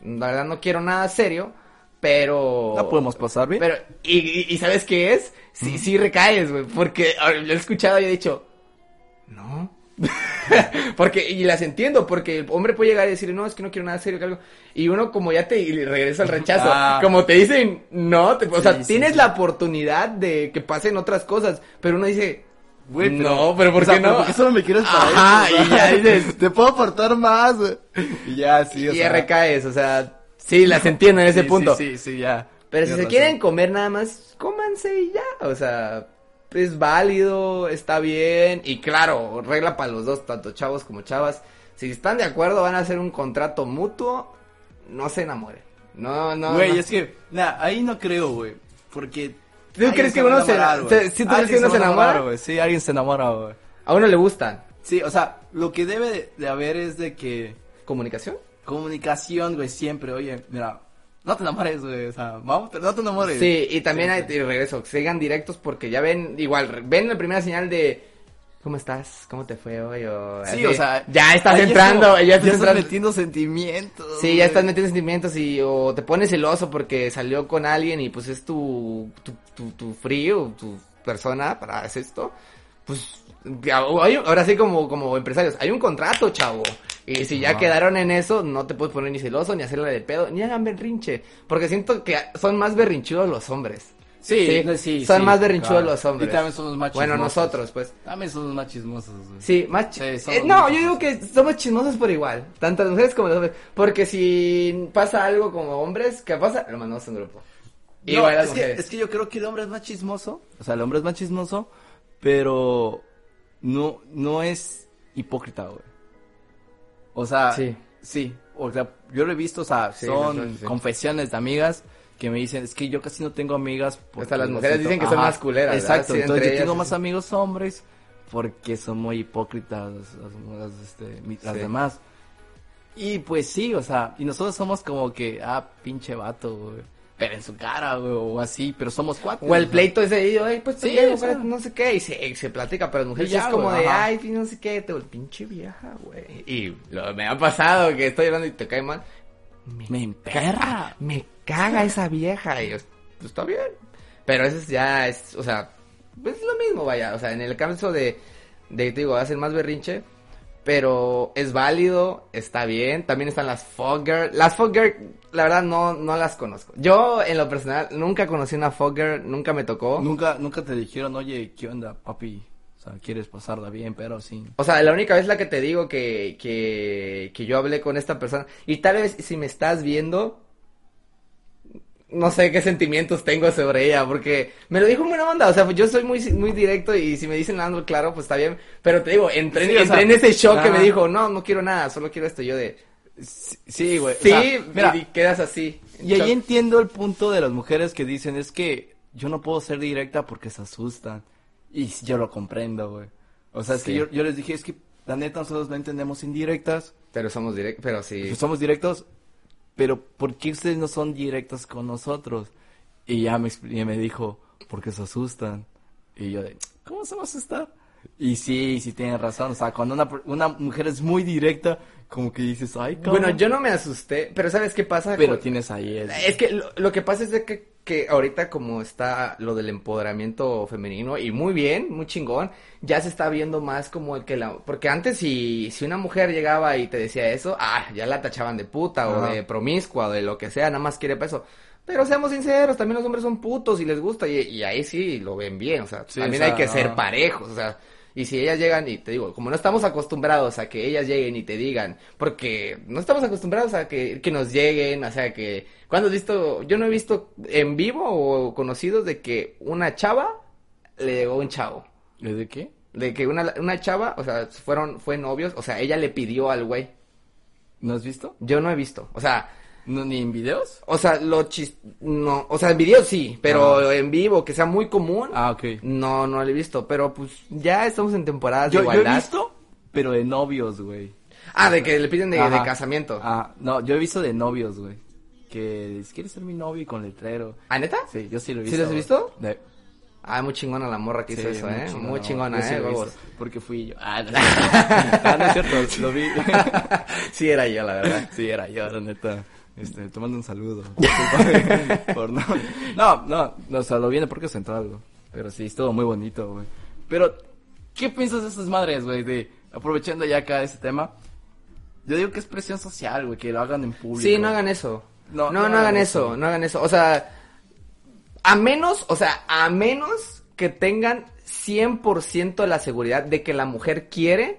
[SPEAKER 3] pues, la verdad no quiero nada serio, pero...
[SPEAKER 2] ¿La podemos pasar bien?
[SPEAKER 3] Pero, ¿y, y- y sabes qué es?
[SPEAKER 2] Mm.
[SPEAKER 3] Sí, sí recaes, güey, porque a ver, lo he escuchado y he dicho, no. porque, y las entiendo, porque el hombre puede llegar y decir, no, es que no quiero nada serio, que algo. Y uno como ya te y le regresa al rechazo.
[SPEAKER 2] Ah.
[SPEAKER 3] Como te dicen, no, te- o sea,
[SPEAKER 2] Sí, sí,
[SPEAKER 3] tienes
[SPEAKER 2] sí.
[SPEAKER 3] la oportunidad de que pasen otras cosas, pero uno dice,
[SPEAKER 2] Güey, pero-
[SPEAKER 3] no, pero ¿por
[SPEAKER 2] o sea,
[SPEAKER 3] qué
[SPEAKER 2] pero
[SPEAKER 3] no?
[SPEAKER 2] ¿por qué solo me quieres para
[SPEAKER 3] Ajá,
[SPEAKER 2] eso? O
[SPEAKER 3] y ya
[SPEAKER 2] sea,
[SPEAKER 3] dices,
[SPEAKER 2] te puedo aportar más. güey. Y ya, sí, o
[SPEAKER 3] y ya
[SPEAKER 2] sea,
[SPEAKER 3] recaes, o sea, sí, las entiendo en ese
[SPEAKER 2] sí,
[SPEAKER 3] punto.
[SPEAKER 2] Sí, sí, sí, ya.
[SPEAKER 3] Pero si
[SPEAKER 2] Tienes
[SPEAKER 3] se
[SPEAKER 2] razón.
[SPEAKER 3] quieren comer nada más, cómanse y ya. O sea, es válido, está bien. Y claro, regla para los dos, tanto chavos como chavas. Si están de acuerdo, van a hacer un contrato mutuo. No se enamoren. No, no.
[SPEAKER 2] Güey,
[SPEAKER 3] no.
[SPEAKER 2] es que, nah, ahí no creo, güey. Porque.
[SPEAKER 3] ¿Tú
[SPEAKER 2] alguien
[SPEAKER 3] crees que
[SPEAKER 2] va a
[SPEAKER 3] uno se-
[SPEAKER 2] enamorar,
[SPEAKER 3] se- sí,
[SPEAKER 2] güey.
[SPEAKER 3] tú crees que
[SPEAKER 2] Alguien
[SPEAKER 3] uno se
[SPEAKER 2] va a
[SPEAKER 3] enamora?
[SPEAKER 2] enamorar, güey. Sí, alguien se enamora, güey.
[SPEAKER 3] A uno le gustan.
[SPEAKER 2] Sí, o sea, lo que debe de, de haber es de que.
[SPEAKER 3] ¿Comunicación?
[SPEAKER 2] Comunicación, güey, siempre. Oye, mira, no te enamores, güey. O sea, vamos, pero no te enamores.
[SPEAKER 3] Sí, y también hay, y regreso, sigan directos porque ya ven, igual, re- ven la primera señal de. ¿Cómo estás? ¿Cómo te fue hoy? O
[SPEAKER 2] Sí,
[SPEAKER 3] así.
[SPEAKER 2] o sea.
[SPEAKER 3] Ya estás
[SPEAKER 2] ahí es
[SPEAKER 3] entrando,
[SPEAKER 2] como-
[SPEAKER 3] ya estás entrando.
[SPEAKER 2] metiendo sentimientos.
[SPEAKER 3] Sí, ya estás
[SPEAKER 2] güey.
[SPEAKER 3] metiendo sentimientos y o te pones celoso porque salió con alguien y pues es tu, tu, tu, tu frío, tu persona para hacer esto. Pues ya, hay- ahora sí como, como empresarios, hay un contrato, chavo. Y si ya
[SPEAKER 2] Ajá.
[SPEAKER 3] quedaron en eso, no te puedes poner ni celoso, ni hacerle de pedo, ni hagan berrinche. Porque siento que son más berrinchudos los hombres.
[SPEAKER 2] Sí, no, sí,
[SPEAKER 3] Son
[SPEAKER 2] sí,
[SPEAKER 3] más berrinchudos
[SPEAKER 2] claro.
[SPEAKER 3] los hombres.
[SPEAKER 2] Y también somos más
[SPEAKER 3] Bueno,
[SPEAKER 2] Ah, chismosos.
[SPEAKER 3] nosotros, pues.
[SPEAKER 2] También somos más chismosos, güey.
[SPEAKER 3] Sí, más chi-
[SPEAKER 2] Sí, somos
[SPEAKER 3] eh, No,
[SPEAKER 2] muy
[SPEAKER 3] yo digo que somos chismosos por igual. Tanto las mujeres como los hombres. Porque si pasa algo como hombres, ¿qué pasa? Lo mandamos a un grupo.
[SPEAKER 2] No,
[SPEAKER 3] igual las
[SPEAKER 2] es, que,
[SPEAKER 3] mujeres.
[SPEAKER 2] es que yo creo que el hombre es más chismoso. O sea, el hombre es más chismoso, pero no, no es hipócrita, güey. O sea,
[SPEAKER 3] Sí.
[SPEAKER 2] sí. O sea, yo lo he visto, o sea,
[SPEAKER 3] Sí, no,
[SPEAKER 2] son
[SPEAKER 3] sí, sí.
[SPEAKER 2] confesiones de amigas que me dicen, es que yo casi no tengo amigas. porque
[SPEAKER 3] sea, las
[SPEAKER 2] lo
[SPEAKER 3] mujeres
[SPEAKER 2] siento-
[SPEAKER 3] dicen que son más culeras, ¿verdad?
[SPEAKER 2] Exacto,
[SPEAKER 3] Sí,
[SPEAKER 2] entonces
[SPEAKER 3] entre
[SPEAKER 2] yo tengo
[SPEAKER 3] ellas,
[SPEAKER 2] más
[SPEAKER 3] sí.
[SPEAKER 2] amigos hombres porque son muy hipócritas las, las, este, mi- las
[SPEAKER 3] Sí.
[SPEAKER 2] demás. Y pues sí, o sea, y nosotros somos como que, ah, pinche vato, güey. Pero en su cara, güey, o así, pero somos cuatro.
[SPEAKER 3] O el pleito ese ahí, ay, pues
[SPEAKER 2] Sí,
[SPEAKER 3] pendejo,
[SPEAKER 2] o sea.
[SPEAKER 3] pero no sé qué, y se, y se platica, pero las mujeres
[SPEAKER 2] Y ya,
[SPEAKER 3] es como
[SPEAKER 2] güey,
[SPEAKER 3] de,
[SPEAKER 2] ajá.
[SPEAKER 3] ay, pues, no sé qué, te pinche vieja, güey. Y lo, me ha pasado que estoy hablando y te cae mal.
[SPEAKER 2] Me emperra.
[SPEAKER 3] me caga esa vieja. Y yo, pues está bien. Pero eso es ya es, o sea, pues es lo mismo, vaya. O sea, en el caso de, de te digo, hacen más berrinche. Pero es válido, está bien. También están las Fogger. Las Fogger, la verdad, no, no las conozco. Yo, en lo personal, nunca conocí una Fogger, nunca me tocó.
[SPEAKER 2] Nunca, nunca te dijeron, oye, ¿qué onda, papi? O sea, quieres pasarla bien, pero sin.
[SPEAKER 3] O sea, la única vez la que te digo que, que, que yo hablé con esta persona, y tal vez si me estás viendo, no sé qué sentimientos tengo sobre ella, porque me lo dijo en buena onda, o sea, yo soy muy, muy directo y si me dicen algo claro, pues está bien, pero te digo, entré,
[SPEAKER 2] Sí, o
[SPEAKER 3] entré
[SPEAKER 2] sea,
[SPEAKER 3] en ese shock que
[SPEAKER 2] ajá.
[SPEAKER 3] me dijo, no, no quiero nada, solo quiero esto, yo de,
[SPEAKER 2] Sí, güey. o
[SPEAKER 3] sí,
[SPEAKER 2] sea, mira,
[SPEAKER 3] y quedas así. en
[SPEAKER 2] Y
[SPEAKER 3] shock.
[SPEAKER 2] ahí entiendo el punto de las mujeres que dicen es que yo no puedo ser directa porque se asustan. Y s- yo lo comprendo, güey. O sea, es
[SPEAKER 3] Sí.
[SPEAKER 2] que yo, yo les dije, es que la neta nosotros no entendemos indirectas,
[SPEAKER 3] Pero somos directos, pero sí.
[SPEAKER 2] pues somos directos, pero ¿por qué ustedes no son directas con nosotros? Y ya me, expli- y me dijo, porque se asustan. Y yo de, ¿cómo se va a asustar? Y sí, sí tienen razón, o sea, cuando una, per- una mujer es muy directa, como que dices, ay, cabrón,
[SPEAKER 3] Bueno, yo no me asusté, pero ¿sabes qué pasa?
[SPEAKER 2] pero
[SPEAKER 3] Cu-
[SPEAKER 2] tienes ahí el...
[SPEAKER 3] Es que lo, lo que pasa es de que, que ahorita como está lo del empoderamiento femenino y muy bien, muy chingón, ya se está viendo más como el que la... Porque antes si, si una mujer llegaba y te decía eso, ah, ya la tachaban de puta o
[SPEAKER 2] Ajá.
[SPEAKER 3] de promiscua o de lo que sea, nada más quiere peso. Pero seamos sinceros, también los hombres son putos y les gusta y, y ahí sí lo ven bien, o sea,
[SPEAKER 2] Sí,
[SPEAKER 3] también
[SPEAKER 2] o
[SPEAKER 3] hay
[SPEAKER 2] sea,
[SPEAKER 3] que ser
[SPEAKER 2] no.
[SPEAKER 3] parejos, o sea, y si ellas llegan y te digo, como no estamos acostumbrados a que ellas lleguen y te digan, porque no estamos acostumbrados a que, que nos lleguen, o sea, que cuando has visto, yo no he visto en vivo o conocidos de que una chava le llegó un chavo.
[SPEAKER 2] ¿Es de qué?
[SPEAKER 3] De que una, una chava, o sea, fueron, fue novios, o sea, ella le pidió al güey.
[SPEAKER 2] ¿No has visto?
[SPEAKER 3] Yo no he visto, o sea,
[SPEAKER 2] No, ni en videos.
[SPEAKER 3] o sea, lo chis, no, o sea, en video sí, pero en vivo, que sea muy común,
[SPEAKER 2] Ah, ok.
[SPEAKER 3] no, no lo he visto, pero pues ya estamos en temporadas
[SPEAKER 2] Yo,
[SPEAKER 3] de
[SPEAKER 2] yo he
[SPEAKER 3] igualdad.
[SPEAKER 2] visto, pero de novios, güey.
[SPEAKER 3] Ah, de que le piden de, de
[SPEAKER 2] Ajá.
[SPEAKER 3] casamiento.
[SPEAKER 2] Ah, no, yo he visto de novios, güey. Que dices, ¿quieres ser mi novio y con letrero?
[SPEAKER 3] ¿Ah, neta?
[SPEAKER 2] Sí, yo sí lo he
[SPEAKER 3] ¿Sí
[SPEAKER 2] visto.
[SPEAKER 3] los has
[SPEAKER 2] güey.
[SPEAKER 3] visto?
[SPEAKER 2] De-
[SPEAKER 3] Ah, muy chingona la morra que
[SPEAKER 2] sí,
[SPEAKER 3] hizo eso, ¿eh? Muy
[SPEAKER 2] güey.
[SPEAKER 3] chingona,
[SPEAKER 2] Yo sí
[SPEAKER 3] ¿eh?
[SPEAKER 2] lo he
[SPEAKER 3] Huevos.
[SPEAKER 2] visto, Porque fui yo. Ah, no, Ah, no es cierto, lo vi.
[SPEAKER 3] sí, era yo, la verdad.
[SPEAKER 2] sí, era yo, la neta. Este, te mando un saludo. Disculpa, por no. no, no, no, o sea, lo viene porque central, güey. Pero sí, estuvo muy bonito, güey. Pero, ¿qué piensas de esas madres, güey? De, aprovechando ya acá ese tema. Yo digo que es presión social, güey, que lo hagan en público.
[SPEAKER 3] Sí, no hagan eso. No,
[SPEAKER 2] No,
[SPEAKER 3] no, hagan eso, no hagan eso. O sea, a menos, o sea, a menos que tengan 100% la seguridad de que la mujer quiere,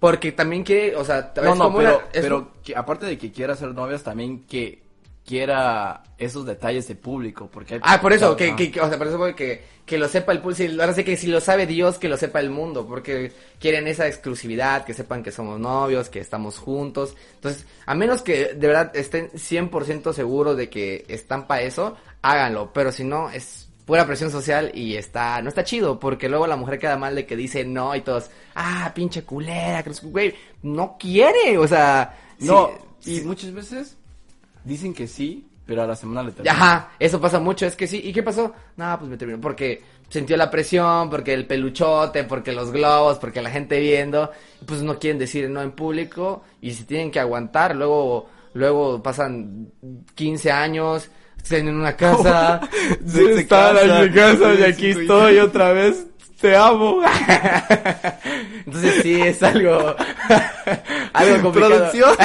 [SPEAKER 3] porque también quiere, o sea,
[SPEAKER 2] No, no,
[SPEAKER 3] como
[SPEAKER 2] pero,
[SPEAKER 3] una- es-
[SPEAKER 2] pero que aparte de que quiera ser novios, también que quiera esos detalles de público, porque... hay-
[SPEAKER 3] Ah, por eso, que,
[SPEAKER 2] Ajá.
[SPEAKER 3] que- que- o sea, por eso voy que, que lo sepa el pulso. Ahora sé que si lo sabe Dios, que lo sepa el mundo, porque quieren esa exclusividad, que sepan que somos novios, que estamos juntos. Entonces, a menos que de verdad estén 100% seguros de que están para eso, háganlo. Pero si no, es pura presión social y está, no está chido, porque luego la mujer queda mal de que dice no y todos, ah, pinche culera, que no sé qué, güey, no quiere, o sea,
[SPEAKER 2] No,
[SPEAKER 3] sí-
[SPEAKER 2] y muchas veces dicen que sí, pero a la semana le terminan.
[SPEAKER 3] Ajá, eso pasa mucho, es que sí. ¿Y qué pasó? No, pues me terminó porque sintió la presión, porque el peluchote, porque los globos, porque la gente viendo, pues no quieren decir no en público y se tienen que aguantar. Luego, luego pasan 15 años, tienen una casa,
[SPEAKER 2] Se
[SPEAKER 3] están
[SPEAKER 2] casa,
[SPEAKER 3] en mi casa y
[SPEAKER 2] sí,
[SPEAKER 3] aquí
[SPEAKER 2] sí,
[SPEAKER 3] estoy otra vez. Te amo. Entonces sí es algo, algo complicado.
[SPEAKER 2] Producción.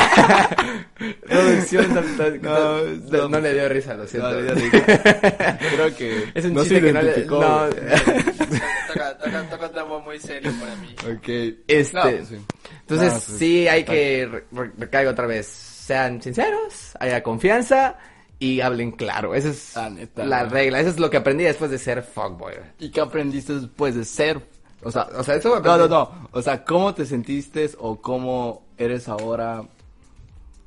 [SPEAKER 3] Producción, no,
[SPEAKER 2] No,
[SPEAKER 3] no- no le dio risa, lo siento.
[SPEAKER 2] No, ya le dije. Creo que
[SPEAKER 3] Es un
[SPEAKER 2] no
[SPEAKER 3] chiste
[SPEAKER 2] se
[SPEAKER 3] que no le-
[SPEAKER 2] identificó.
[SPEAKER 3] no.
[SPEAKER 2] güey.
[SPEAKER 1] Toca, toca, toca un tema muy serio para mí.
[SPEAKER 2] Ok.
[SPEAKER 3] Este,
[SPEAKER 2] No, sí.
[SPEAKER 3] Entonces
[SPEAKER 2] No, pues, sí.
[SPEAKER 3] sí, hay que, re- re- recaigo otra vez, sean sinceros, haya confianza y hablen claro. Esa es
[SPEAKER 2] La neta,
[SPEAKER 3] la
[SPEAKER 2] güey.
[SPEAKER 3] regla, eso es lo que aprendí después de ser fuckboy.
[SPEAKER 2] ¿Y qué aprendiste después de ser? O sea,
[SPEAKER 3] O sea, eso
[SPEAKER 2] No,
[SPEAKER 3] aprendí-
[SPEAKER 2] no, no. O sea, ¿cómo te sentiste o cómo eres ahora?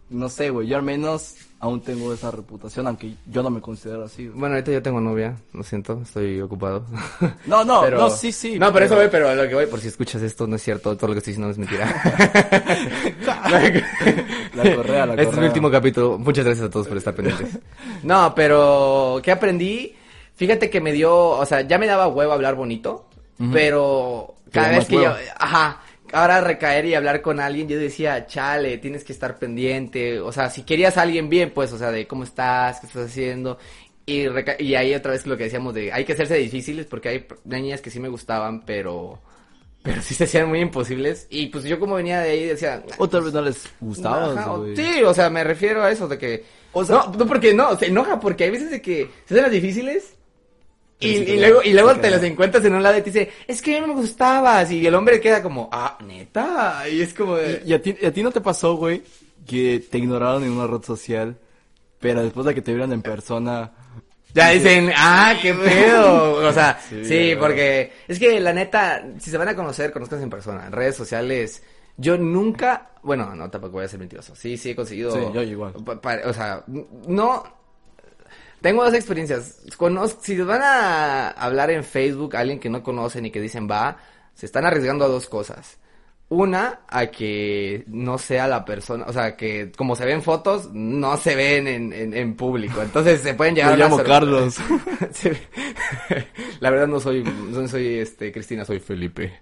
[SPEAKER 2] No sé, güey. Yo al menos aún tengo esa reputación, aunque yo no me considero así. güey.
[SPEAKER 3] Bueno, ahorita yo tengo novia, lo siento, estoy ocupado.
[SPEAKER 2] No, no, no, sí, sí.
[SPEAKER 3] No, pero eso voy, pero a lo que voy, por si escuchas esto, no es cierto, todo lo que estoy diciendo es mentira.
[SPEAKER 2] La correa, la correa.
[SPEAKER 3] Este es el último capítulo. Muchas gracias a todos por estar pendientes. No, pero ¿qué aprendí? Fíjate que me dio, o sea, ya me daba huevo hablar bonito, pero cada vez
[SPEAKER 2] dio más
[SPEAKER 3] que
[SPEAKER 2] huevo.
[SPEAKER 3] yo, ahora ahora recaer y hablar con alguien, yo decía, chale, tienes que estar pendiente, o sea, si querías a alguien bien, pues, o sea, de cómo estás, qué estás haciendo, y, reca- y ahí otra vez lo que decíamos de, hay que hacerse difíciles porque hay pr- niñas que sí me gustaban, pero, pero sí se hacían muy imposibles, y pues yo como venía de ahí decía...
[SPEAKER 2] O tal vez no les gustaba,
[SPEAKER 3] Ajá, o-
[SPEAKER 2] güey.
[SPEAKER 3] sí, o sea, me refiero a eso de que. no, no, porque no, se enoja, porque hay veces de que se hacen las difíciles. Y,
[SPEAKER 2] Sí, sí,
[SPEAKER 3] y
[SPEAKER 2] claro.
[SPEAKER 3] luego, y luego
[SPEAKER 2] Sí,
[SPEAKER 3] te
[SPEAKER 2] claro.
[SPEAKER 3] las encuentras en un lado y te dice, es que no me gustabas. Y el hombre queda como, ah, neta. Y es como de.
[SPEAKER 2] ¿Y, y a ti, a ti no te pasó, güey, que te ignoraron en una red social, Pero después de que te vieron en persona,
[SPEAKER 3] Ya dicen, ah, qué pedo. O sea, sí,
[SPEAKER 2] Sí, ya,
[SPEAKER 3] porque es que la neta, si se van a conocer, conozcanse en persona. En redes sociales, yo nunca, bueno, no, tampoco voy a ser mentiroso. Sí, sí he conseguido.
[SPEAKER 2] Sí, yo igual.
[SPEAKER 3] pa- pa- o sea, n- no. Tengo dos experiencias. Conoz- si van a hablar en Facebook a alguien que no conocen y que dicen va, se están arriesgando a dos cosas. Una, a que no sea la persona, o sea, que como se ven fotos, no se ven en, en- en público. Entonces se pueden llegar
[SPEAKER 2] me
[SPEAKER 3] a una
[SPEAKER 2] llamo
[SPEAKER 3] sorpresa.
[SPEAKER 2] Carlos.
[SPEAKER 3] Sí. La verdad no soy, no soy este Cristina, soy Felipe.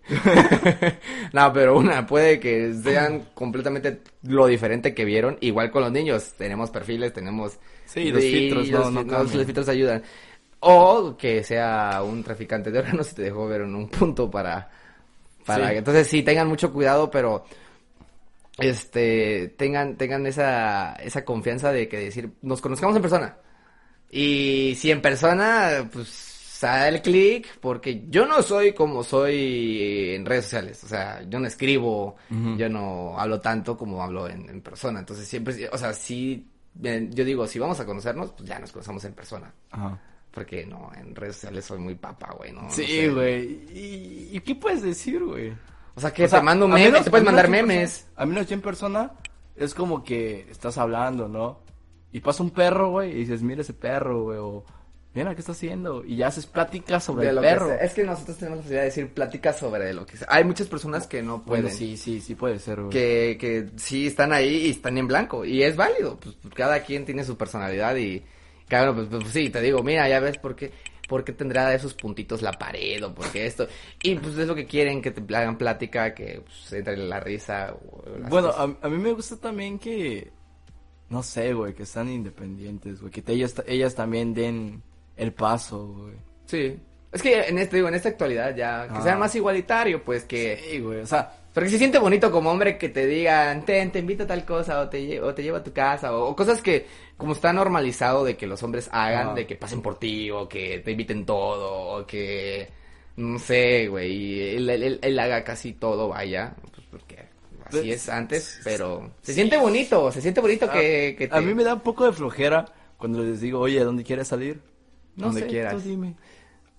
[SPEAKER 3] no, pero una, puede que sean completamente lo diferente que vieron, igual con los niños, tenemos perfiles, tenemos
[SPEAKER 2] Sí, los filtros, no,
[SPEAKER 3] los,
[SPEAKER 2] no
[SPEAKER 3] fi-
[SPEAKER 2] cambian.
[SPEAKER 3] los filtros ayudan. O que sea un traficante de órganos y te dejó ver en un punto para, para
[SPEAKER 2] Sí.
[SPEAKER 3] entonces sí tengan mucho cuidado, pero este tengan, tengan esa, esa confianza de que decir, nos conozcamos en persona. Y si en persona, pues sale el clic, porque yo no soy como soy en redes sociales. O sea, yo no escribo, yo no hablo tanto como hablo en, en persona. Entonces siempre, o sea, sí, eh, yo digo, si vamos a conocernos, pues ya nos conocemos en persona.
[SPEAKER 2] Ajá.
[SPEAKER 3] Porque no, en redes sociales soy muy papa, güey, no. no
[SPEAKER 2] Sí,
[SPEAKER 3] sé.
[SPEAKER 2] güey. ¿Y, y qué puedes decir, güey?
[SPEAKER 3] O sea, que
[SPEAKER 2] O sea,
[SPEAKER 3] te mando
[SPEAKER 2] a
[SPEAKER 3] memes,
[SPEAKER 2] menos-
[SPEAKER 3] te puedes
[SPEAKER 2] a menos
[SPEAKER 3] mandar
[SPEAKER 2] que en
[SPEAKER 3] memes.
[SPEAKER 2] persona- A menos que en persona es como que estás hablando, ¿no? Y pasa un perro, güey, y dices, mira ese perro, güey, o mira qué está haciendo. Y ya haces pláticas sobre
[SPEAKER 3] de
[SPEAKER 2] el
[SPEAKER 3] lo que
[SPEAKER 2] perro.
[SPEAKER 3] sea. Es que nosotros tenemos la posibilidad de decir pláticas sobre lo que sea. Hay muchas personas que no pueden.
[SPEAKER 2] Bueno, sí, sí, sí puede ser, güey.
[SPEAKER 3] que, que sí están ahí y están en blanco. Y es válido, pues cada quien tiene su personalidad y cada uno, pues, pues, sí, te digo, mira, ya ves por qué, por qué tendrá esos puntitos la pared o por qué esto. Y pues es lo que quieren, que te hagan plática, que pues, entre la risa. o las
[SPEAKER 2] Bueno,
[SPEAKER 3] cosas.
[SPEAKER 2] a, a mí me gusta también que, no sé, güey, que sean independientes, güey, que te- ellas, ellas también den el paso, güey.
[SPEAKER 3] sí. Es que en este, digo, en esta actualidad ya, que
[SPEAKER 2] Ah.
[SPEAKER 3] sea más igualitario, pues que...
[SPEAKER 2] Sí, güey, o sea,
[SPEAKER 3] Porque se siente bonito como hombre que te digan, ten, te invito a tal cosa, o te, lle- o te llevo a tu casa, o, o cosas que como está normalizado de que los hombres hagan,
[SPEAKER 2] Ajá.
[SPEAKER 3] de que pasen por ti, o que te inviten todo, o que, no sé, güey, y él, él- él- él haga casi todo, vaya, pues porque así
[SPEAKER 2] Pues,
[SPEAKER 3] es antes, pero se siente bonito, se siente bonito que, que
[SPEAKER 2] Ah, a
[SPEAKER 3] te-
[SPEAKER 2] mí me da un poco de flojera cuando les digo, oye, ¿a dónde quieres salir?
[SPEAKER 3] No
[SPEAKER 2] donde
[SPEAKER 3] sé,
[SPEAKER 2] quieras.
[SPEAKER 3] tú
[SPEAKER 2] Tú dime.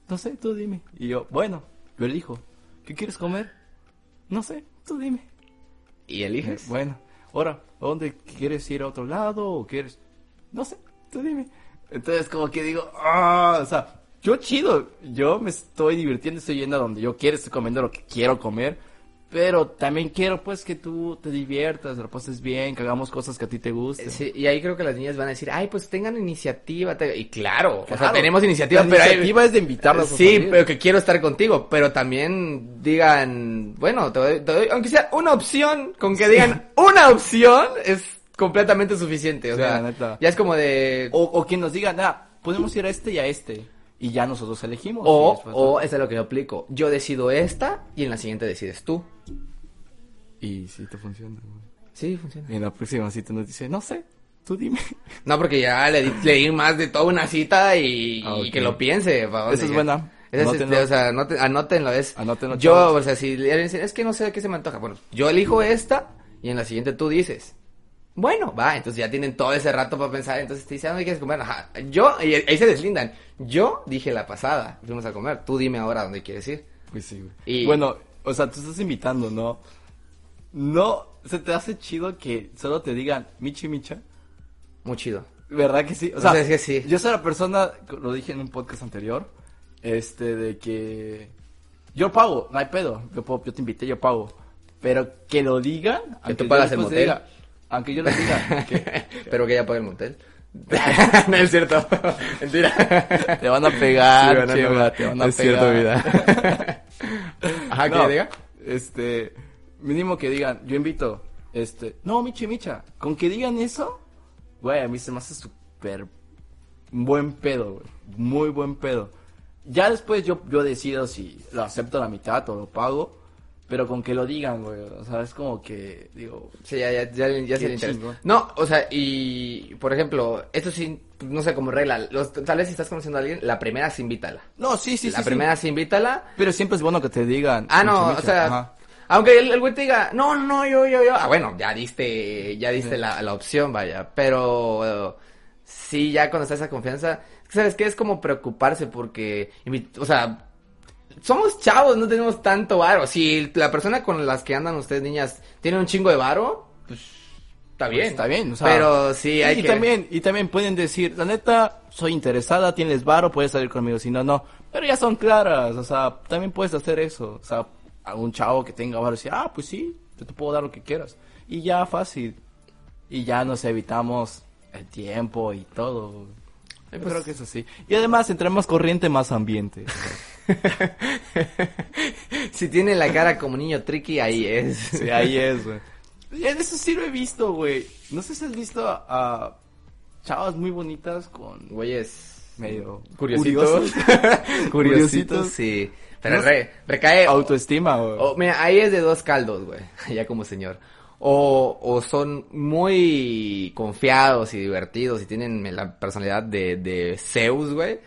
[SPEAKER 2] No sé, tú dime. Y yo, bueno, yo elijo. ¿Qué quieres comer? No sé, tú dime.
[SPEAKER 3] Y
[SPEAKER 2] Eh,
[SPEAKER 3] eliges.
[SPEAKER 2] bueno, ahora, ¿a dónde quieres ir a otro lado? ¿O quieres.? No sé, tú dime. Entonces, como que digo, ah, o sea, yo chido, yo me estoy divirtiendo, estoy yendo a donde yo quiero, estoy comiendo lo que quiero comer, pero también quiero, pues, que tú te diviertas, lo pases bien, que hagamos cosas que a ti te gusten.
[SPEAKER 3] Sí, y ahí creo que las niñas van a decir, ay, pues tengan iniciativa. te- Y claro, o sea,
[SPEAKER 2] Claro,
[SPEAKER 3] tenemos iniciativa,
[SPEAKER 2] la
[SPEAKER 3] pero hay-
[SPEAKER 2] iniciativa es de invitarlas a
[SPEAKER 3] Sí,
[SPEAKER 2] salir.
[SPEAKER 3] pero que quiero estar contigo, pero también digan, bueno, te doy, te doy- aunque sea una opción, con que digan una opción es completamente suficiente, o
[SPEAKER 2] Sí,
[SPEAKER 3] sea,
[SPEAKER 2] la neta.
[SPEAKER 3] ya es como de...
[SPEAKER 2] O, o que nos digan, ah, podemos ir a este y a este. Y ya nosotros elegimos. Y
[SPEAKER 3] O,
[SPEAKER 2] después-
[SPEAKER 3] o, eso es lo que yo aplico. Yo decido esta y en la siguiente decides tú.
[SPEAKER 2] Y si te funciona, güey.
[SPEAKER 3] Sí, funciona.
[SPEAKER 2] Y en la próxima cita nos dice, no sé, tú dime.
[SPEAKER 3] No, porque ya le, di, le di más de toda una cita y,
[SPEAKER 2] Ah,
[SPEAKER 3] y
[SPEAKER 2] ok.
[SPEAKER 3] que lo piense. pa' dónde
[SPEAKER 2] Esa es
[SPEAKER 3] ya.
[SPEAKER 2] buena.
[SPEAKER 3] Esa es,
[SPEAKER 2] Anótenlo.
[SPEAKER 3] este, o sea, anote- anótenlo, es.
[SPEAKER 2] Anótenlo,
[SPEAKER 3] Yo,
[SPEAKER 2] chavos.
[SPEAKER 3] o sea, si le dicen, es que no sé a qué se me antoja. Bueno, yo elijo esta y en la siguiente tú dices. Bueno, va, entonces ya tienen todo ese rato para pensar. Entonces te dicen, "Ah, ¿dónde quieres comer? Ajá. Yo, y ahí se deslindan. Yo dije la pasada, fuimos a comer. Tú dime ahora dónde quieres ir.
[SPEAKER 2] Pues sí, güey.
[SPEAKER 3] Y-
[SPEAKER 2] Bueno, o sea, tú estás invitando, ¿no? No, se te hace chido que solo te digan Michi Micha.
[SPEAKER 3] Muy chido.
[SPEAKER 2] ¿Verdad que sí?
[SPEAKER 3] O sea, es que sí.
[SPEAKER 2] Yo soy la persona, lo dije en un podcast anterior, este, de que yo pago, no hay pedo, yo, puedo- yo te invité, yo pago. Pero que lo digan, aunque
[SPEAKER 3] tú
[SPEAKER 2] yo
[SPEAKER 3] pagas el
[SPEAKER 2] después te
[SPEAKER 3] motel.
[SPEAKER 2] diga- aunque yo lo diga, que
[SPEAKER 3] Pero que ya pague el motel. no es cierto. Mentira.
[SPEAKER 2] te van a pegar,
[SPEAKER 3] Sí, van a
[SPEAKER 2] Chema,
[SPEAKER 3] pegar.
[SPEAKER 2] te van a
[SPEAKER 3] Es cierto,
[SPEAKER 2] pegar.
[SPEAKER 3] vida. Ajá, que
[SPEAKER 2] No,
[SPEAKER 3] diga.
[SPEAKER 2] Ah, Este, mínimo que digan, yo invito, este, no, Michi Micha, con que digan eso, güey, a mí se me hace súper buen pedo, güey, muy buen pedo. Ya después yo, yo decido si lo acepto a la mitad o lo pago, pero con que lo digan, güey, o sea, es como que, digo,
[SPEAKER 3] Sí, ya, ya, ya, ya se le
[SPEAKER 2] Qué
[SPEAKER 3] interesa.
[SPEAKER 2] chingón.
[SPEAKER 3] No, o sea, y por ejemplo, esto sí, no sé, como regla, los, tal vez si estás conociendo a alguien, la primera sí invítala.
[SPEAKER 2] no, sí, sí,
[SPEAKER 3] la
[SPEAKER 2] sí, sí,
[SPEAKER 3] primera sí invítala.
[SPEAKER 2] pero siempre es bueno que te digan.
[SPEAKER 3] Ah, no,
[SPEAKER 2] Michi
[SPEAKER 3] o
[SPEAKER 2] Micha,
[SPEAKER 3] sea,
[SPEAKER 2] ajá.
[SPEAKER 3] aunque el, el güey te diga, no, no, no, yo, yo, yo. Ah, bueno, ya diste, ya diste la, la opción, vaya, pero eh, sí, ya cuando está esa confianza, ¿sabes qué? Es como preocuparse porque, invi- o sea, somos chavos, no tenemos tanto varo. Si la persona con las que andan ustedes, niñas, tiene un chingo de varo, pues está bien.
[SPEAKER 2] Pues, está bien, o sea,
[SPEAKER 3] Pero sí, hay
[SPEAKER 2] y
[SPEAKER 3] que...
[SPEAKER 2] también, y también pueden decir, la neta, soy interesada, tienes varo, puedes salir conmigo, si no, no. Pero ya son claras, o sea, también puedes hacer eso. O sea, a un chavo que tenga varo decir, ah, pues sí, yo te puedo dar lo que quieras. Y ya fácil. Y ya nos evitamos el tiempo y todo. Yo
[SPEAKER 3] pues
[SPEAKER 2] creo que eso sí. Y además, entre más corriente, más ambiente.
[SPEAKER 3] Si tiene la cara como niño tricky, ahí es.
[SPEAKER 2] Sí, ahí es, güey. Y en Eso sí lo he visto, güey. No sé si has visto a, a chavas muy bonitas con
[SPEAKER 3] Güeyes.
[SPEAKER 2] medio
[SPEAKER 3] Curiositos.
[SPEAKER 2] curiosos.
[SPEAKER 3] Curiositos,
[SPEAKER 2] Curiositos.
[SPEAKER 3] sí. Pero
[SPEAKER 2] No
[SPEAKER 3] re- recae. o-
[SPEAKER 2] autoestima, güey.
[SPEAKER 3] o- mira, ahí es de dos caldos, güey. Ya como señor. O, o son muy confiados y divertidos y tienen la personalidad de, de Zeus, güey.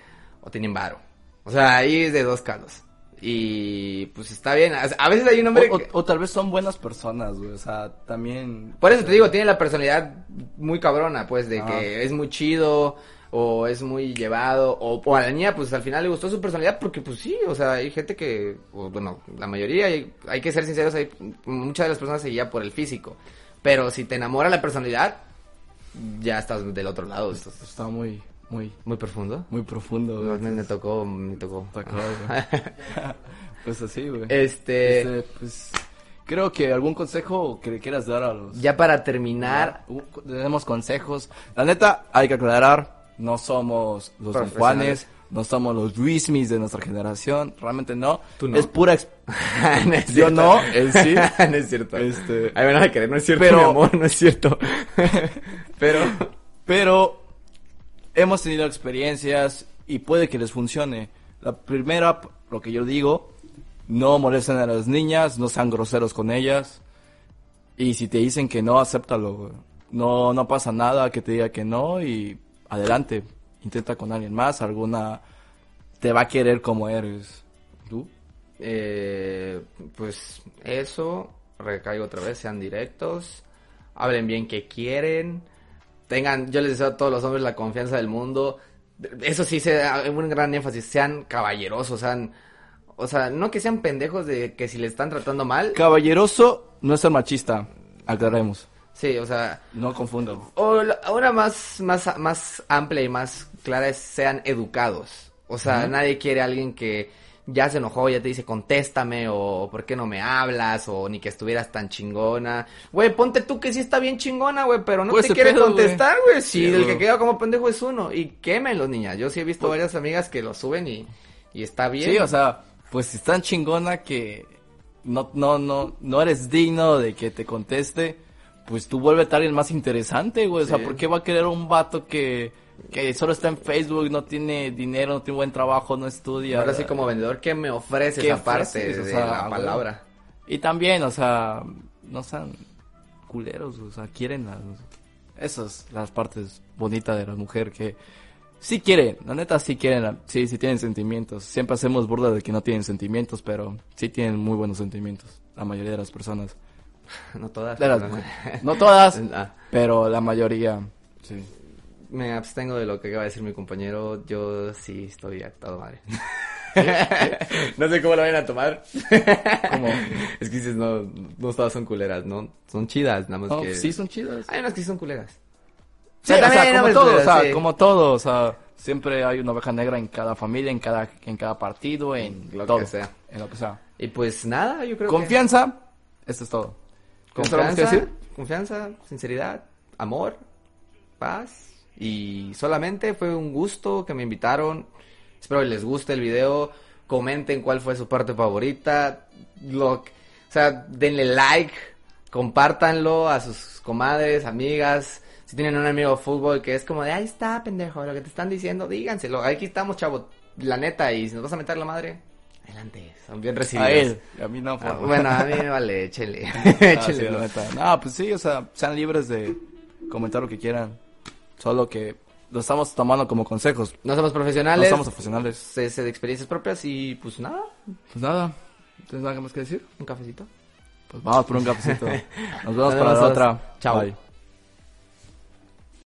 [SPEAKER 3] O tienen varo. O sea, ahí es de dos caldos. Y pues está bien. A a veces hay un hombre.
[SPEAKER 2] O-
[SPEAKER 3] que-
[SPEAKER 2] o- o tal vez son buenas personas, güey. O sea, también. pues,
[SPEAKER 3] Por eso te digo, tiene la personalidad muy cabrona, pues, de
[SPEAKER 2] Ah.
[SPEAKER 3] que es muy chido, o es muy llevado, o, o a la niña, pues, al final le gustó su personalidad, porque, pues, sí, o sea, hay gente que, o, bueno, la mayoría, hay, hay que ser sinceros, hay, muchas de las personas se guía por el físico, pero si te enamora la personalidad, ya estás del otro lado, esto es
[SPEAKER 2] Está muy, muy,
[SPEAKER 3] muy profundo.
[SPEAKER 2] muy profundo,
[SPEAKER 3] Me,
[SPEAKER 2] güey.
[SPEAKER 3] me tocó, me tocó.
[SPEAKER 2] Está claro, güey. pues así, güey.
[SPEAKER 3] Este,
[SPEAKER 2] Este, pues. Creo que algún consejo que le quieras dar a los.
[SPEAKER 3] ya para terminar,
[SPEAKER 2] Uh, Tenemos consejos. La neta, hay que aclarar, no somos los Don
[SPEAKER 3] Profesionales.
[SPEAKER 2] Juanes, no somos los Luismis de nuestra generación, realmente no.
[SPEAKER 3] Tú no.
[SPEAKER 2] Es pura ex-
[SPEAKER 3] No es
[SPEAKER 2] Yo
[SPEAKER 3] cierto.
[SPEAKER 2] no, él sí.
[SPEAKER 3] no es cierto.
[SPEAKER 2] Este-
[SPEAKER 3] Ay, me van a querer, no es cierto,
[SPEAKER 2] Pero-
[SPEAKER 3] mi amor, no es cierto. Pero...
[SPEAKER 2] Pero hemos tenido experiencias y puede que les funcione. La primera, lo que yo digo, no molesten a las niñas, no sean groseros con ellas. Y si te dicen que no, acéptalo. güey. No, no pasa nada que te diga que no y adelante. Intenta con alguien más, alguna te va a querer como eres. ¿Tú?
[SPEAKER 3] eh, pues eso, recaigo otra vez, sean directos, hablen bien que quieren, tengan, yo les deseo a todos los hombres la confianza del mundo. Eso sí, se da un gran énfasis, sean caballerosos, sean... O sea, no que sean pendejos de que si le están tratando mal.
[SPEAKER 2] Caballeroso no es ser machista, aclaremos.
[SPEAKER 3] Sí, o sea,
[SPEAKER 2] No confundan.
[SPEAKER 3] O la- una más, más, más amplia y más clara es sean educados. O sea, nadie quiere a alguien que ya se enojó, ya te dice contéstame o por qué no me hablas o ni que estuvieras tan chingona. Güey, ponte tú que sí está bien chingona, güey, pero no
[SPEAKER 2] Pues
[SPEAKER 3] te
[SPEAKER 2] ese
[SPEAKER 3] quiere
[SPEAKER 2] pedo,
[SPEAKER 3] contestar, güey. Sí,
[SPEAKER 2] Sí,
[SPEAKER 3] el que
[SPEAKER 2] güey. Pues
[SPEAKER 3] queda como pendejo es uno. Y quemen los niñas. Yo sí he visto varias amigas que lo suben y, y está bien.
[SPEAKER 2] Sí, o sea, pues si es tan chingona que no, no, no, no eres digno de que te conteste, pues tú vuélvete a alguien más interesante, güey. O
[SPEAKER 3] Sí.
[SPEAKER 2] sea, ¿por qué va a querer un vato que, que solo está en Facebook, no tiene dinero, no tiene buen trabajo, no estudia?
[SPEAKER 3] Ahora sí como vendedor, ¿qué me ofreces
[SPEAKER 2] ¿Qué
[SPEAKER 3] aparte
[SPEAKER 2] ofreces? O
[SPEAKER 3] de
[SPEAKER 2] sea,
[SPEAKER 3] la
[SPEAKER 2] güey.
[SPEAKER 3] palabra?
[SPEAKER 2] Y también, o sea, no sean culeros, o sea, quieren las... Esas las partes bonitas de la mujer que sí quieren, la neta sí quieren, la- sí, sí tienen sentimientos. Siempre hacemos burla de que no tienen sentimientos, pero sí tienen muy buenos sentimientos, la mayoría de las personas.
[SPEAKER 3] No todas.
[SPEAKER 2] De las
[SPEAKER 3] pero-
[SPEAKER 2] mujeres. no todas,
[SPEAKER 3] Ah.
[SPEAKER 2] pero la mayoría, sí.
[SPEAKER 3] Me abstengo de lo que acaba de decir mi compañero. Yo sí estoy actado madre. no sé cómo lo vayan a tomar.
[SPEAKER 2] Como,
[SPEAKER 3] Es que dices, no, no todas son culeras, ¿no? Son chidas, nada más
[SPEAKER 2] no,
[SPEAKER 3] que.
[SPEAKER 2] sí son chidas.
[SPEAKER 3] Hay unas que sí son culeras.
[SPEAKER 2] Sí,
[SPEAKER 3] O
[SPEAKER 2] o
[SPEAKER 3] sea, también hay
[SPEAKER 2] sea, como
[SPEAKER 3] nobles
[SPEAKER 2] todo, o
[SPEAKER 3] culeras,
[SPEAKER 2] sea,
[SPEAKER 3] sí.
[SPEAKER 2] como todo, o sea, siempre hay una oveja negra en cada familia, en cada, en cada partido, en
[SPEAKER 3] Lo que
[SPEAKER 2] todo,
[SPEAKER 3] sea.
[SPEAKER 2] en lo que sea.
[SPEAKER 3] Y pues nada, yo creo
[SPEAKER 2] Confianza, esto es todo.
[SPEAKER 3] que.
[SPEAKER 2] ¿Qué más tenemos que decir?
[SPEAKER 3] Confianza, sinceridad, amor, paz. Y solamente fue un gusto que me invitaron. Espero que les guste el video. Comenten cuál fue su parte favorita. Lo, o sea, denle like. Compártanlo a sus comadres, amigas. Si tienen un amigo de fútbol que es como de ahí está, pendejo, lo que te están diciendo, díganselo. Aquí estamos, chavo. La neta, y si nos vas a meter la madre, adelante. Son bien recibidos.
[SPEAKER 2] a él, a mí no.
[SPEAKER 3] Pues, Ah,
[SPEAKER 2] por-
[SPEAKER 3] bueno, a mí me vale, échele.
[SPEAKER 2] Ah, sí,
[SPEAKER 3] échele.
[SPEAKER 2] la neta. No, pues sí, o sea, sean libres de comentar lo que quieran. Solo que lo estamos tomando como consejos.
[SPEAKER 3] No somos
[SPEAKER 2] No
[SPEAKER 3] profesionales.
[SPEAKER 2] somos profesionales.
[SPEAKER 3] se, se de experiencias propias y pues nada,
[SPEAKER 2] Pues nada, ¿tienes nada más que decir?
[SPEAKER 3] un cafecito.
[SPEAKER 2] Pues vamos por un cafecito. Nos vemos
[SPEAKER 3] Nos
[SPEAKER 2] para
[SPEAKER 3] vemos
[SPEAKER 2] la
[SPEAKER 3] a las-
[SPEAKER 2] otra.
[SPEAKER 3] Chao.
[SPEAKER 2] Bye.